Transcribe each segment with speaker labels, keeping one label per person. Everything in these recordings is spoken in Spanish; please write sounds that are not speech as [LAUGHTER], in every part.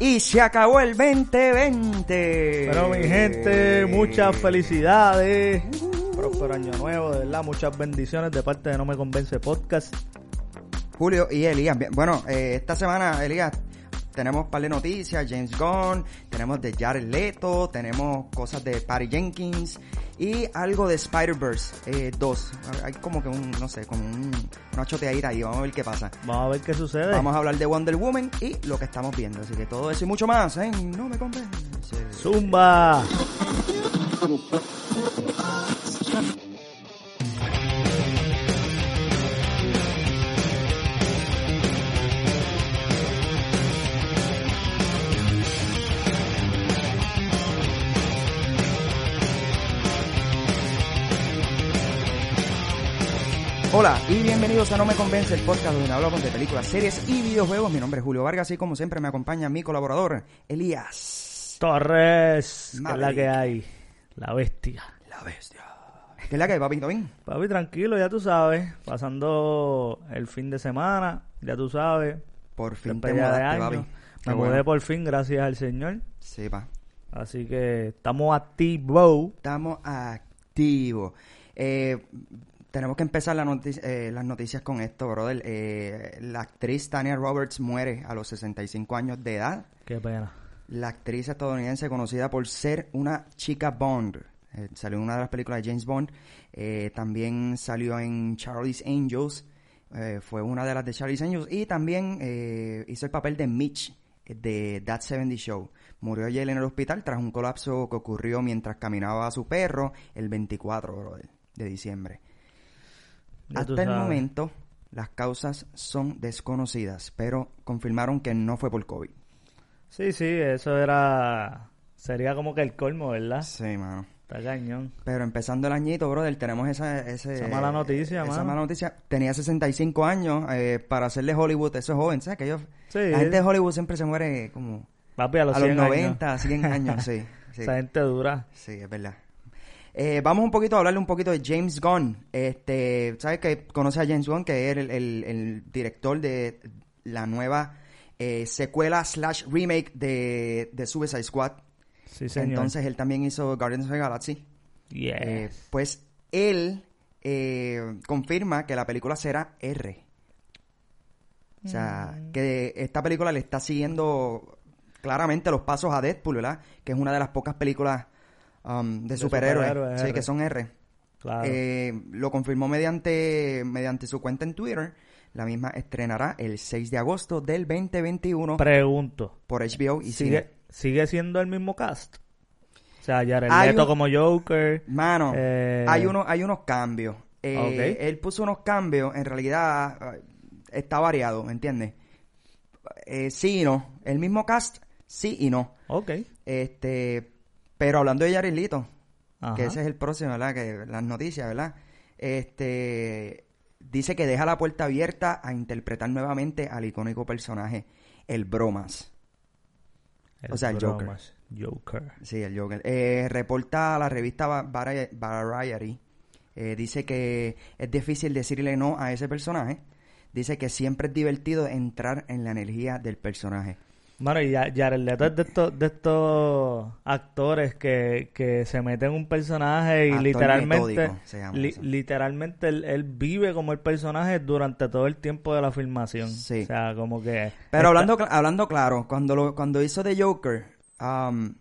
Speaker 1: Y se acabó el 2020.
Speaker 2: Bueno, mi gente, muchas felicidades. Próspero año nuevo, de verdad, muchas bendiciones de parte de No Me Convence Podcast.
Speaker 1: Julio y Elías. Bien, Bueno, eh, esta semana, Elías, tenemos un par de noticias, James Gunn, tenemos de Jared Leto, tenemos cosas de Patty Jenkins y algo de Spider-Verse 2. Hay como que un, no sé, como un, una choteadita ahí, vamos a ver qué pasa.
Speaker 2: Vamos a ver qué sucede.
Speaker 1: Vamos a hablar de Wonder Woman y lo que estamos viendo. Así que todo eso y mucho más, ¿eh? No me convence.
Speaker 2: Zumba.
Speaker 1: Hola y bienvenidos a No Me Convence, el podcast donde hablamos de películas, series y videojuegos. Mi nombre es Julio Vargas y como siempre me acompaña mi colaborador, Elías.
Speaker 2: Torres. Que es la
Speaker 1: Maverick.
Speaker 2: que hay. La bestia.
Speaker 1: La bestia. ¿Qué es la que hay, papito? ¿Bien?
Speaker 2: Papi, tranquilo, ya tú sabes. Pasando el fin de semana, ya tú sabes.
Speaker 1: Por fin te
Speaker 2: Despedida de
Speaker 1: mudaste,
Speaker 2: año.
Speaker 1: papi. Qué
Speaker 2: Me
Speaker 1: bueno.
Speaker 2: mudé por fin, gracias al Señor.
Speaker 1: Sí, pa.
Speaker 2: Así que estamos activos.
Speaker 1: Estamos activos. Eh, tenemos que empezar la noti- eh, las noticias con esto, brother. Eh, la actriz Tania Roberts muere a los 65 años de edad.
Speaker 2: Qué pena.
Speaker 1: La actriz estadounidense conocida por ser una chica Bond. Eh, salió en una de las películas de James Bond. Eh, también salió en Charlie's Angels. Eh, fue una de las de Charlie's Angels. Y también eh, hizo el papel de Mitch eh, de That 70 Show. Murió ayer en el hospital tras un colapso que ocurrió mientras caminaba a su perro el 24 brother, de diciembre.
Speaker 2: Ya tú
Speaker 1: Hasta el
Speaker 2: sabes.
Speaker 1: momento, las causas son desconocidas, pero confirmaron que no fue por COVID.
Speaker 2: Sí, sí, eso era. Sería como que el colmo, ¿verdad?
Speaker 1: Sí, mano.
Speaker 2: Está cañón.
Speaker 1: Pero empezando el añito, brother, tenemos esa, ese-
Speaker 2: Esa mala noticia,
Speaker 1: esa
Speaker 2: mano.
Speaker 1: mala noticia. Tenía 65 años eh, para hacerle Hollywood, eso es joven, ¿sabes? Que ellos,
Speaker 2: Sí.
Speaker 1: La gente de Hollywood siempre se muere como
Speaker 2: Papi, a los,
Speaker 1: a los
Speaker 2: 100 años.
Speaker 1: 90,
Speaker 2: [LAUGHS]
Speaker 1: 100 años, sí. sí.
Speaker 2: Esa gente dura.
Speaker 1: Sí, es verdad. Eh, vamos un poquito a hablarle un poquito de James Gunn. Este, ¿sabes que conoce a James Gunn? Que es el, el- el director de la nueva eh, secuela slash remake de, de Suicide Squad.
Speaker 2: Sí, señor.
Speaker 1: Entonces él también hizo Guardians of the Galaxy.
Speaker 2: Yes.
Speaker 1: Eh, pues él eh, confirma que la película será R. O sea,
Speaker 2: Mm.
Speaker 1: que esta película le está siguiendo claramente los pasos a Deadpool, ¿verdad? Que es una de las pocas películas um, de,
Speaker 2: De
Speaker 1: superhéroes.
Speaker 2: superhéroes,
Speaker 1: sí,
Speaker 2: R.
Speaker 1: que son R.
Speaker 2: claro.
Speaker 1: Eh, lo confirmó mediante, mediante su cuenta en Twitter. La misma estrenará el 6 de agosto del 2021
Speaker 2: Pregunto.
Speaker 1: por HBO y
Speaker 2: ¿sigue,
Speaker 1: cine.
Speaker 2: ¿Sigue siendo el mismo cast? O sea, Jared
Speaker 1: Hay
Speaker 2: Leto
Speaker 1: un-
Speaker 2: como Joker.
Speaker 1: Mano,
Speaker 2: Eh,
Speaker 1: hay, uno, hay unos cambios. Eh,
Speaker 2: Ok.
Speaker 1: Él puso unos cambios, en realidad eh, está variado, ¿entiendes? Eh, sí y no. El mismo cast, sí y no.
Speaker 2: Ok.
Speaker 1: Este, pero hablando de Jared Leto,
Speaker 2: Ajá.
Speaker 1: que ese es el próximo, ¿verdad? Que las noticias, ¿verdad? Este, dice que deja la puerta abierta a interpretar nuevamente al icónico personaje, el Bromas. o sea, el Joker.
Speaker 2: bromas. Joker.
Speaker 1: Sí, el Joker. Eh, reporta a la revista Va- Vari- Variety. Eh, dice que es difícil decirle no a ese personaje. Dice que siempre es divertido entrar en la energía del personaje.
Speaker 2: Bueno, y ya- Jared Leto es de estos, de estos actores que, que se meten en un personaje y
Speaker 1: Actor
Speaker 2: literalmente,
Speaker 1: metódico, se llama
Speaker 2: li-
Speaker 1: eso.
Speaker 2: literalmente él, él vive como el personaje durante todo el tiempo de la filmación.
Speaker 1: Sí.
Speaker 2: O sea, como que...
Speaker 1: Pero
Speaker 2: está-
Speaker 1: hablando, cl- hablando claro, cuando, lo, cuando hizo de Joker, am,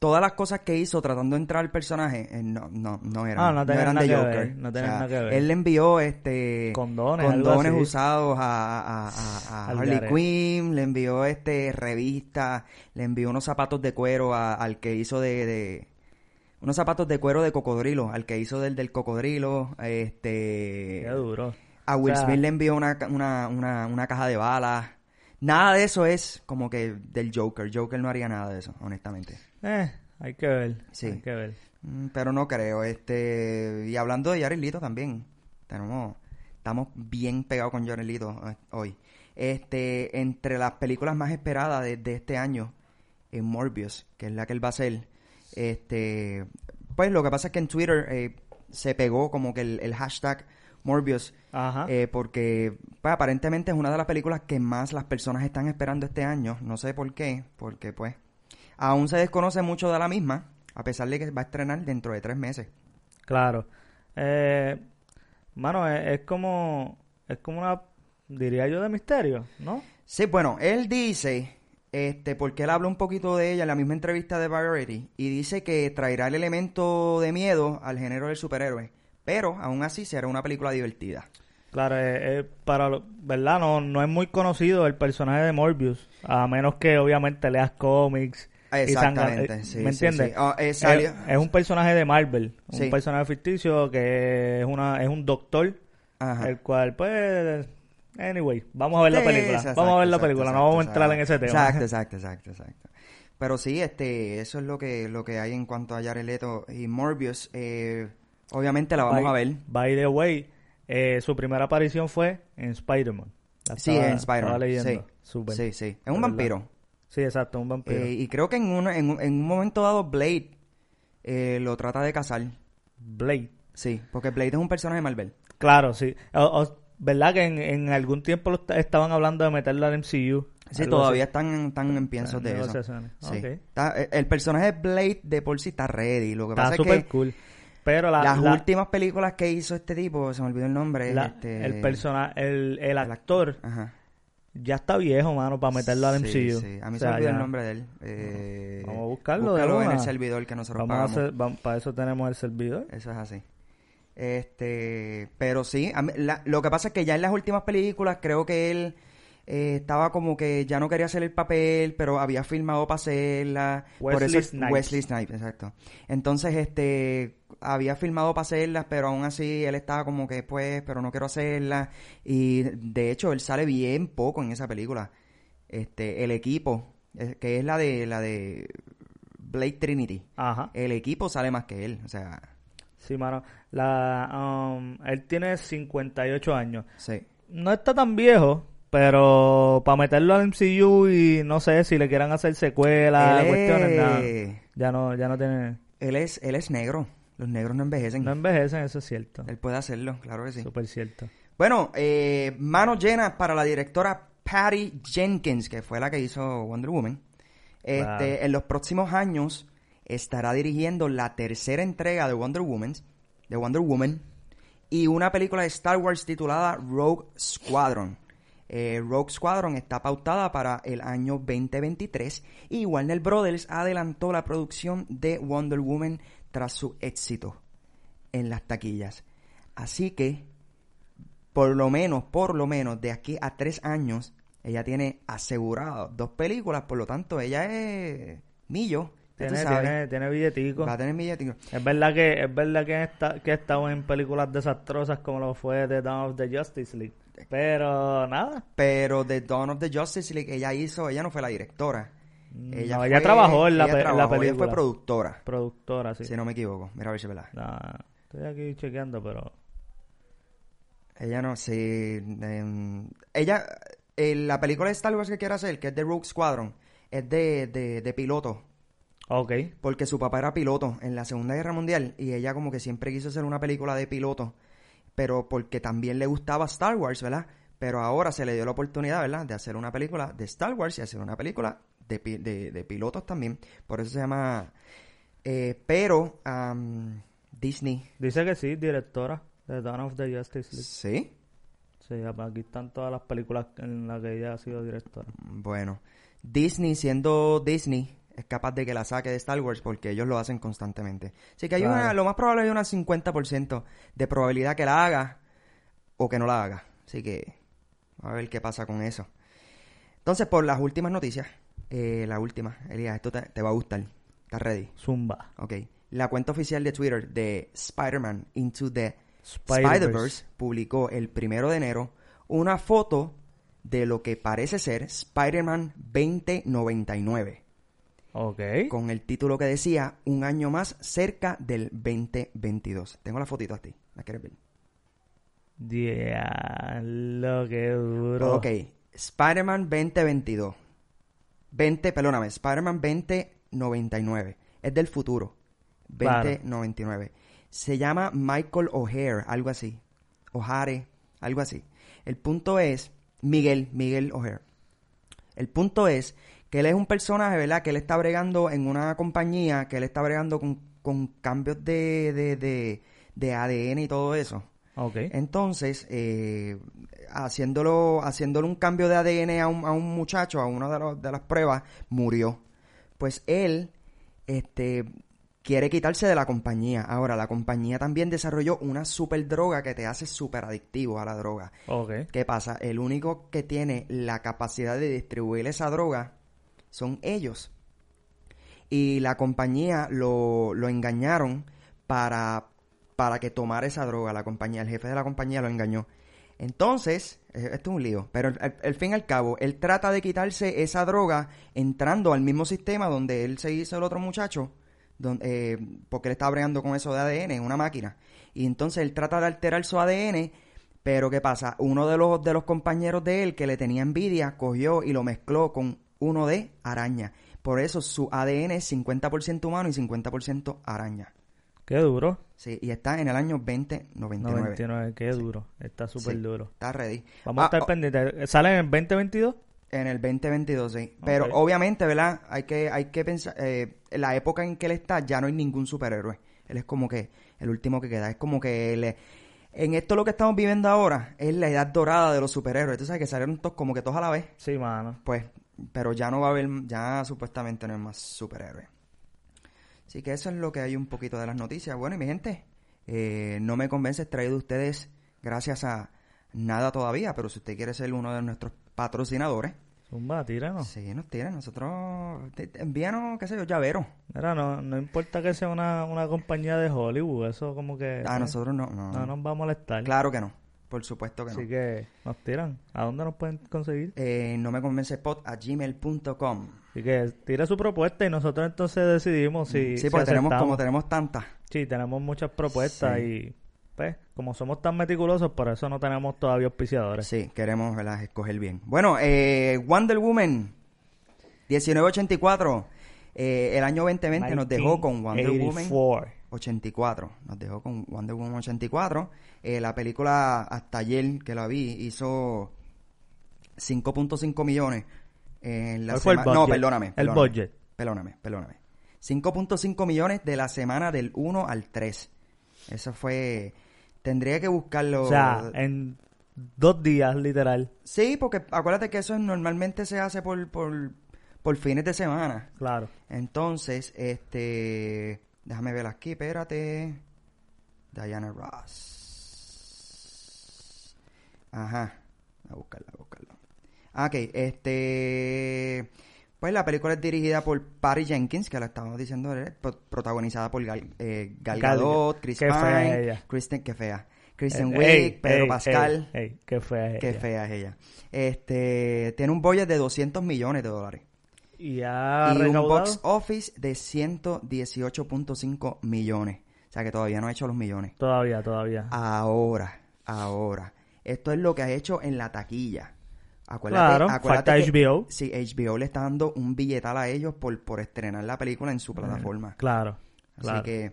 Speaker 1: todas las cosas que hizo tratando de entrar al personaje, eh, no, no, no eran,
Speaker 2: Ah, no tenían
Speaker 1: eran
Speaker 2: nada
Speaker 1: de
Speaker 2: que
Speaker 1: Joker.
Speaker 2: ver, no tenían nada que ver.
Speaker 1: Él le envió este
Speaker 2: Condones, algo
Speaker 1: condones
Speaker 2: así.
Speaker 1: usados a, a- a- a
Speaker 2: Al
Speaker 1: Harley
Speaker 2: garete.
Speaker 1: Quinn, le envió este revistas, le envió unos zapatos de cuero a- al que hizo de, de- unos zapatos de cuero de cocodrilo, al que hizo del del cocodrilo, este
Speaker 2: Qué duro.
Speaker 1: a Will
Speaker 2: O sea,
Speaker 1: Smith le envió una, ca- una, una, una caja de balas. Nada de eso es como que del Joker. Joker no haría nada de eso, honestamente.
Speaker 2: eh, hay que ver.
Speaker 1: Sí.
Speaker 2: Hay que ver.
Speaker 1: Mm, Pero no creo. Este, y hablando de Jared Leto también. Tenemos, estamos bien pegados con Jared Leto eh, hoy. Este, entre las películas más esperadas de, de este año, en Morbius, que es la que él va a hacer. Este, pues lo que pasa es que en Twitter eh, se pegó como que el, el hashtag Morbius,
Speaker 2: Ajá.
Speaker 1: eh, porque pues, aparentemente es una de las películas que más las personas están esperando este año. No sé por qué, porque pues aún se desconoce mucho de la misma, a pesar de que va a estrenar dentro de tres meses.
Speaker 2: Claro. Eh, mano, es, es como. Es como una. Diría yo de misterio, ¿no?
Speaker 1: Sí, bueno, él dice, este, porque él habla un poquito de ella en la misma entrevista de Variety, y dice que traerá el elemento de miedo al género del superhéroe, pero aún así será una película divertida.
Speaker 2: Claro, eh, eh, para lo- verdad no, no es muy conocido el personaje de Morbius, a menos que obviamente leas cómics. y
Speaker 1: Exactamente,
Speaker 2: sanga- eh,
Speaker 1: sí,
Speaker 2: ¿Me
Speaker 1: sí,
Speaker 2: entiendes?
Speaker 1: sí. Ah, eh,
Speaker 2: Es-
Speaker 1: salió-
Speaker 2: es, un personaje de Marvel, un
Speaker 1: Sí.
Speaker 2: personaje ficticio que es una es un doctor,
Speaker 1: Ajá.
Speaker 2: el cual pues anyway, vamos a ver la
Speaker 1: Sí,
Speaker 2: película,
Speaker 1: exacto,
Speaker 2: vamos a ver la
Speaker 1: exacto,
Speaker 2: película, no
Speaker 1: exacto,
Speaker 2: vamos a entrar en ese
Speaker 1: exacto.
Speaker 2: tema. [LAUGHS]
Speaker 1: Exacto, exacto, exacto, exacto. Pero sí, este, eso es lo que, lo que hay en cuanto a Jared Leto y Morbius. Eh, obviamente la vamos
Speaker 2: by,
Speaker 1: a ver.
Speaker 2: By the way, eh, su primera aparición fue en Spider-Man. La
Speaker 1: Sí,
Speaker 2: estaba-
Speaker 1: en Spider-Man.
Speaker 2: estaba leyendo.
Speaker 1: Sí,
Speaker 2: Súper.
Speaker 1: sí, sí. Es
Speaker 2: De
Speaker 1: un
Speaker 2: verdad.
Speaker 1: vampiro.
Speaker 2: Sí, exacto, un vampiro.
Speaker 1: Eh, y creo que en, una- en, un- en un momento dado Blade eh, lo trata de cazar.
Speaker 2: Blade.
Speaker 1: Sí, porque Blade es un personaje de Marvel.
Speaker 2: Claro, sí. O- o- ¿Verdad que en, en algún tiempo lo est- estaban hablando de meterlo al MCU?
Speaker 1: Sí,
Speaker 2: Algo
Speaker 1: todavía
Speaker 2: así.
Speaker 1: están, están en piensos
Speaker 2: Están en
Speaker 1: de eso.
Speaker 2: negociaciones.
Speaker 1: Sí.
Speaker 2: Ok.
Speaker 1: Está- eh, el personaje de Blade de por sí está ready. Lo que
Speaker 2: Está
Speaker 1: pasa
Speaker 2: súper
Speaker 1: es que
Speaker 2: cool. Pero la,
Speaker 1: las
Speaker 2: la-
Speaker 1: últimas películas que hizo este tipo, se me olvidó el nombre.
Speaker 2: la-
Speaker 1: este,
Speaker 2: el, persona, el, el actor
Speaker 1: Ajá.
Speaker 2: ya está viejo, mano, para meterlo al
Speaker 1: Sí,
Speaker 2: MCU.
Speaker 1: sí. A mí se
Speaker 2: O sea,
Speaker 1: me olvidó el
Speaker 2: ya-
Speaker 1: nombre de él. Eh,
Speaker 2: Vamos a buscarlo de
Speaker 1: búscalo en
Speaker 2: una.
Speaker 1: el servidor que nosotros
Speaker 2: Vamos a
Speaker 1: pagamos.
Speaker 2: hacer, vam- para eso tenemos el servidor.
Speaker 1: Eso es así. Este, pero sí, a mí- la- lo que pasa es que ya en las últimas películas creo que él eh, estaba como que ya no quería hacer el papel, pero había filmado para hacerla. por
Speaker 2: Wesley
Speaker 1: eso,
Speaker 2: Snipes.
Speaker 1: Wesley Snipes, exacto. Entonces, este, había filmado para hacerlas, pero aún así él estaba como que pues, pero no quiero hacerla. Y de hecho, él sale bien poco en esa película. Este, el equipo, eh, que es la de, la de Blade Trinity.
Speaker 2: Ajá.
Speaker 1: El equipo sale más que él, o sea,
Speaker 2: Sí, mano. La, um, él tiene 58 años.
Speaker 1: sí.
Speaker 2: No está tan viejo, pero para meterlo al MCU y no sé si le quieran hacer secuelas,
Speaker 1: Él
Speaker 2: cuestiones, nada.
Speaker 1: es-
Speaker 2: Ya no, ya no tiene.
Speaker 1: Él es, él es negro. Los negros no envejecen.
Speaker 2: No envejecen, eso es cierto.
Speaker 1: Él puede hacerlo, claro que sí.
Speaker 2: Súper cierto.
Speaker 1: Bueno, eh, manos llenas para la directora Patty Jenkins, que fue la que hizo Wonder Woman. Este,
Speaker 2: Claro.
Speaker 1: En los próximos años estará dirigiendo la tercera entrega de Wonder Woman, de Wonder Woman, y una película de Star Wars titulada Rogue Squadron. Eh, Rogue Squadron está pautada para el año 2023 y Warner Brothers adelantó la producción de Wonder Woman tras su éxito en las taquillas. Así que, por lo menos, por lo menos, de aquí a tres años, ella tiene asegurado dos películas, por lo tanto, ella es millo. ya tú
Speaker 2: Tiene,
Speaker 1: sabes.
Speaker 2: tiene, tiene billetico.
Speaker 1: va a tener milletico.
Speaker 2: Es verdad que, es verdad que, está, que he estado en películas desastrosas como lo fue The Dawn of the Justice League. Pero nada.
Speaker 1: Pero de Dawn of the Justice League, ella hizo, ella no fue la directora. Ella,
Speaker 2: Mm, No, ella trabajó en la
Speaker 1: ella
Speaker 2: pe- en la
Speaker 1: trabajó, ella fue
Speaker 2: película.
Speaker 1: productora,
Speaker 2: Productora, sí.
Speaker 1: si no me equivoco. Mira a ver si es verdad.
Speaker 2: Nah, estoy aquí chequeando, pero.
Speaker 1: Ella no, sí. em, ella, eh, la película de Star Wars que quiere hacer, que es de Rogue Squadron, es de, de, de piloto.
Speaker 2: Ok.
Speaker 1: Porque su papá era piloto en la Segunda Guerra Mundial y ella como que siempre quiso hacer una película de piloto, pero porque también le gustaba Star Wars, ¿verdad? Pero ahora se le dio la oportunidad, ¿verdad? De hacer una película de Star Wars y hacer una película de, pi- de, de pilotos también. Por eso se llama... eh, pero am, Disney...
Speaker 2: Dice que sí, directora de Dawn of the Justice League.
Speaker 1: ¿Sí?
Speaker 2: Sí, apa, aquí están todas las películas en las que ella ha sido directora.
Speaker 1: Bueno, Disney siendo Disney es capaz de que la saque de Star Wars porque ellos lo hacen constantemente. Así que hay
Speaker 2: Claro.
Speaker 1: una, lo más probable hay una 50% de probabilidad que la haga o que no la haga. Así que a ver qué pasa con eso. Entonces, por las últimas noticias, eh, la última, Elías, esto te, te va a gustar. ¿Estás ready?
Speaker 2: Zumba.
Speaker 1: Ok. La cuenta oficial de Twitter de Spider-Man Into the
Speaker 2: Spider-Verse.
Speaker 1: Spider-Verse publicó el primero de enero una foto de lo que parece ser Spider-Man 2099,
Speaker 2: Ok.
Speaker 1: con el título que decía Un año más cerca del 2022. Tengo la fotito a ti, ¿la quieres ver?
Speaker 2: Diablo, qué duro.
Speaker 1: Ok, Spider-Man 2022. 20, perdóname, Spider-Man 2099. Es del futuro.
Speaker 2: Claro.
Speaker 1: 2099. Se llama Michael O'Hare, algo así. O'Hare, algo así. El punto es, Miguel, Miguel O'Hare. El punto es que él es un personaje, ¿verdad? Que él está bregando en una compañía, que él está bregando con, con cambios de, de, de, de ADN y todo eso.
Speaker 2: Ok.
Speaker 1: Entonces, eh, haciéndolo, haciéndole un cambio de ADN a un, a un muchacho, a una de, los- de las pruebas, murió. Pues él, este, quiere quitarse de la compañía. Ahora, la compañía también desarrolló una super droga que te hace súper adictivo a la droga.
Speaker 2: Ok.
Speaker 1: ¿Qué pasa? El único que tiene la capacidad de distribuir esa droga son ellos. Y la compañía lo, lo engañaron para, para que tomara esa droga. La compañía, el jefe de la compañía lo engañó. Entonces, eh, esto es un lío, pero al, al fin y al cabo, él trata de quitarse esa droga entrando al mismo sistema donde él se hizo el otro muchacho, donde, eh, porque él estaba bregando con eso de ADN, una máquina. Y entonces él trata de alterar su ADN, pero ¿qué pasa? Uno de los, de los compañeros de él que le tenía envidia cogió y lo mezcló con uno de araña. Por eso su ADN es 50% humano y 50% araña.
Speaker 2: Qué duro.
Speaker 1: Sí, y está en el año 2099.
Speaker 2: 99. Qué duro. Está súper
Speaker 1: Sí,
Speaker 2: duro.
Speaker 1: Está ready.
Speaker 2: Vamos a
Speaker 1: Ah,
Speaker 2: estar
Speaker 1: oh,
Speaker 2: pendientes. ¿Sale en el 2022?
Speaker 1: En el 2022, sí. Pero
Speaker 2: Ok.
Speaker 1: obviamente, ¿verdad? Hay que, hay que pensar, eh, la época en que él está ya no hay ningún superhéroe. Él es como que el último que queda. Es como que él es- en esto lo que estamos viviendo ahora es la edad dorada de los superhéroes. Tú sabes que salieron todos como que todos a la vez.
Speaker 2: Sí, mano.
Speaker 1: Pues, pero ya no va a haber, ya supuestamente no hay más superhéroes. Así que eso es lo que hay un poquito de las noticias. Bueno, y mi gente, eh, no me convence traído de ustedes gracias a nada todavía, pero si usted quiere ser uno de nuestros patrocinadores,
Speaker 2: Zumba, tíranos.
Speaker 1: sí, nos tiene, nosotros, te- te- envíanos, qué sé yo, llavero.
Speaker 2: Mira, no, no importa que sea una, una compañía de Hollywood, eso como que...
Speaker 1: A
Speaker 2: eh,
Speaker 1: Ah, nosotros no, no,
Speaker 2: No nos va a molestar.
Speaker 1: claro que no, por supuesto que no.
Speaker 2: Así que nos tiran. ¿A dónde nos pueden conseguir?
Speaker 1: Eh, no me convence pod a gmail.com.
Speaker 2: Así que tira su propuesta y nosotros entonces decidimos si...
Speaker 1: Sí,
Speaker 2: si
Speaker 1: porque tenemos,
Speaker 2: aceptamos.
Speaker 1: como tenemos tantas.
Speaker 2: Sí, tenemos muchas propuestas
Speaker 1: Sí.
Speaker 2: y pues como somos tan meticulosos, por eso no tenemos todavía auspiciadores.
Speaker 1: Sí, queremos ¿verdad? escoger bien. Bueno, eh, Wonder Woman 1984, eh, el año 2020 nos dejó con Wonder Woman
Speaker 2: 1984.
Speaker 1: 84. Nos dejó con Wonder Woman 84. Eh, la película, hasta ayer que la vi, hizo 5.5 millones. En la
Speaker 2: ¿Cuál fue el
Speaker 1: sema-
Speaker 2: budget?
Speaker 1: No, perdóname.
Speaker 2: El
Speaker 1: perdóname.
Speaker 2: budget.
Speaker 1: Perdóname, perdóname. 5.5 millones de la semana del 1 al 3. Eso fue... Tendría que buscarlo...
Speaker 2: O sea, en dos días, literal.
Speaker 1: Sí, porque acuérdate que eso normalmente se hace por, por, por fines de semana.
Speaker 2: Claro.
Speaker 1: Entonces, este. Déjame ver aquí, espérate. Diana Ross. Ajá. A buscarla, a buscarla. Ah, Ok, este. Pues la película es dirigida por Patty Jenkins, que la estábamos diciendo, eh, pro- protagonizada por Gal, eh, Gal
Speaker 2: Gal-
Speaker 1: Gadot, Chris
Speaker 2: qué fea
Speaker 1: Pine,
Speaker 2: ella.
Speaker 1: Kristen, qué fea. Kristen
Speaker 2: Eh, ey,
Speaker 1: Wiig, Pedro
Speaker 2: ey,
Speaker 1: Pascal.
Speaker 2: ey, ey, qué fea es
Speaker 1: Qué
Speaker 2: ella.
Speaker 1: fea es ella. Este, tiene un budget de 200 millones de dólares.
Speaker 2: Y ha
Speaker 1: y
Speaker 2: recaudado.
Speaker 1: un box office de 118.5 millones. O sea que todavía no ha hecho los millones.
Speaker 2: Todavía, todavía.
Speaker 1: Ah, Ahora, ahora. Esto es lo que ha hecho en la taquilla. Acuérdate,
Speaker 2: Claro,
Speaker 1: acuérdate que-
Speaker 2: falta HBO.
Speaker 1: Sí, HBO le está dando un billetal a ellos por, por estrenar la película en su plataforma.
Speaker 2: Eh, Claro,
Speaker 1: Así
Speaker 2: claro.
Speaker 1: que...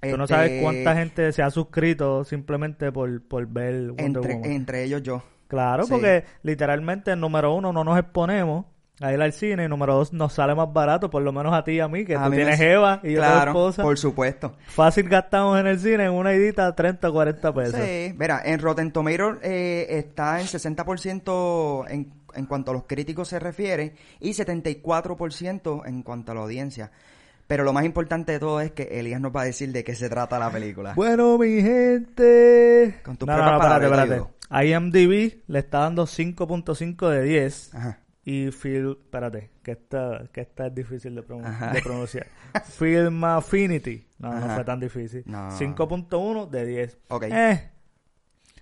Speaker 2: Tú no
Speaker 1: este,
Speaker 2: sabes cuánta gente se ha suscrito simplemente por, por ver Wonder
Speaker 1: Entre,
Speaker 2: Woman.
Speaker 1: entre ellos yo.
Speaker 2: Claro,
Speaker 1: Sí.
Speaker 2: porque literalmente, número uno, no nos exponemos a ir al cine. Y número dos, nos sale más barato, por lo menos a ti y a mí, que
Speaker 1: A
Speaker 2: tú
Speaker 1: mí me-
Speaker 2: tienes Eva y yo
Speaker 1: claro,
Speaker 2: tengo esposa.
Speaker 1: por supuesto.
Speaker 2: Fácil gastamos en el cine en una idita 30 o 40 pesos.
Speaker 1: Sí, verá, en Rotten Tomatoes eh, está en 60% en, en cuanto a los críticos se refiere y 74% en cuanto a la audiencia. Pero lo más importante de todo es que Elías nos va a decir de qué se trata la película.
Speaker 2: Bueno, mi gente.
Speaker 1: Con tus
Speaker 2: no, no,
Speaker 1: propias
Speaker 2: no, espérate,
Speaker 1: palabras,
Speaker 2: espérate. IMDb le está dando 5.5 de 10.
Speaker 1: Ajá.
Speaker 2: Y Phil, espérate, que esta, que esta es difícil de, pronun-
Speaker 1: Ajá.
Speaker 2: de pronunciar. Film Affinity. No, no
Speaker 1: Ajá.
Speaker 2: fue tan difícil.
Speaker 1: No.
Speaker 2: 5.1 de 10.
Speaker 1: Ok.
Speaker 2: Eh,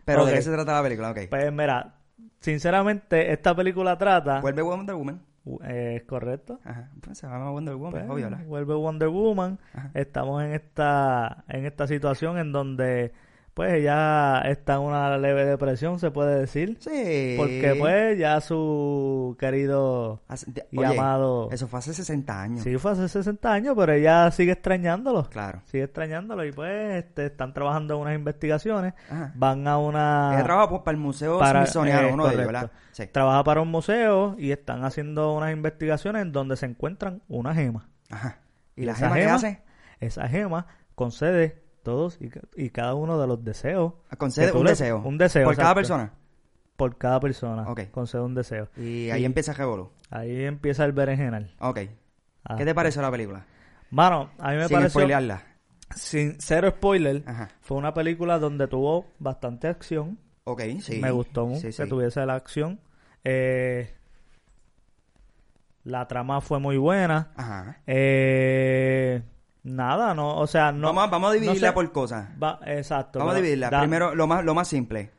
Speaker 1: Pero
Speaker 2: Ok.
Speaker 1: de qué se trata la película, ok.
Speaker 2: pues mira, sinceramente, esta película trata.
Speaker 1: Vuelve Wonder Woman.
Speaker 2: eh, ¿Es correcto?
Speaker 1: Ajá. Pues se llama Wonder Woman,
Speaker 2: Pues,
Speaker 1: obvio, ¿verdad?
Speaker 2: vuelve Wonder Woman.
Speaker 1: Ajá.
Speaker 2: Estamos en esta, en esta situación en donde pues ya está en una leve depresión, se puede decir.
Speaker 1: Sí.
Speaker 2: Porque pues ya su querido
Speaker 1: Hace- de- oye,
Speaker 2: llamado...
Speaker 1: Eso fue hace 60 años.
Speaker 2: Sí, fue hace 60 años, pero ella sigue extrañándolo.
Speaker 1: Claro.
Speaker 2: Sigue extrañándolo y pues este, están trabajando en unas investigaciones.
Speaker 1: Ajá.
Speaker 2: Van a
Speaker 1: Ella
Speaker 2: una...
Speaker 1: trabaja pues, para el Museo Smithsoniano,
Speaker 2: Ah. eh,
Speaker 1: uno de ellos,
Speaker 2: correcto.
Speaker 1: ¿verdad? Sí.
Speaker 2: Trabaja para un museo y están haciendo unas investigaciones en donde se encuentran una gema.
Speaker 1: Ajá. ¿Y la
Speaker 2: Esa
Speaker 1: gema qué
Speaker 2: gema-
Speaker 1: hace?
Speaker 2: Esa gema concede todos y, ca- y cada uno de los deseos.
Speaker 1: Concede
Speaker 2: que tú
Speaker 1: un
Speaker 2: le-
Speaker 1: deseo.
Speaker 2: Un deseo.
Speaker 1: Por cada
Speaker 2: exacto.
Speaker 1: persona.
Speaker 2: Por cada persona.
Speaker 1: Ok.
Speaker 2: Concede un deseo.
Speaker 1: Y ahí
Speaker 2: Y-
Speaker 1: empieza el revolú.
Speaker 2: Ahí empieza el berenjenal.
Speaker 1: Ok.
Speaker 2: Ah.
Speaker 1: ¿Qué te pareció la película?
Speaker 2: Mano, a mí me
Speaker 1: Sin Ah.
Speaker 2: pareció...
Speaker 1: spoilearla.
Speaker 2: Sin cero spoiler.
Speaker 1: Ajá.
Speaker 2: Fue una película donde tuvo bastante acción.
Speaker 1: Ok, sí.
Speaker 2: me gustó mucho
Speaker 1: Sí,
Speaker 2: que
Speaker 1: sí.
Speaker 2: tuviese la acción. Eh, la trama fue muy buena.
Speaker 1: Ajá.
Speaker 2: Eh, nada, no, o sea, no.
Speaker 1: vamos, vamos a
Speaker 2: no
Speaker 1: dividirla
Speaker 2: sé.
Speaker 1: por cosas.
Speaker 2: Va- exacto.
Speaker 1: Vamos a
Speaker 2: pero
Speaker 1: dividirla.
Speaker 2: da-
Speaker 1: Primero, lo más, lo más simple.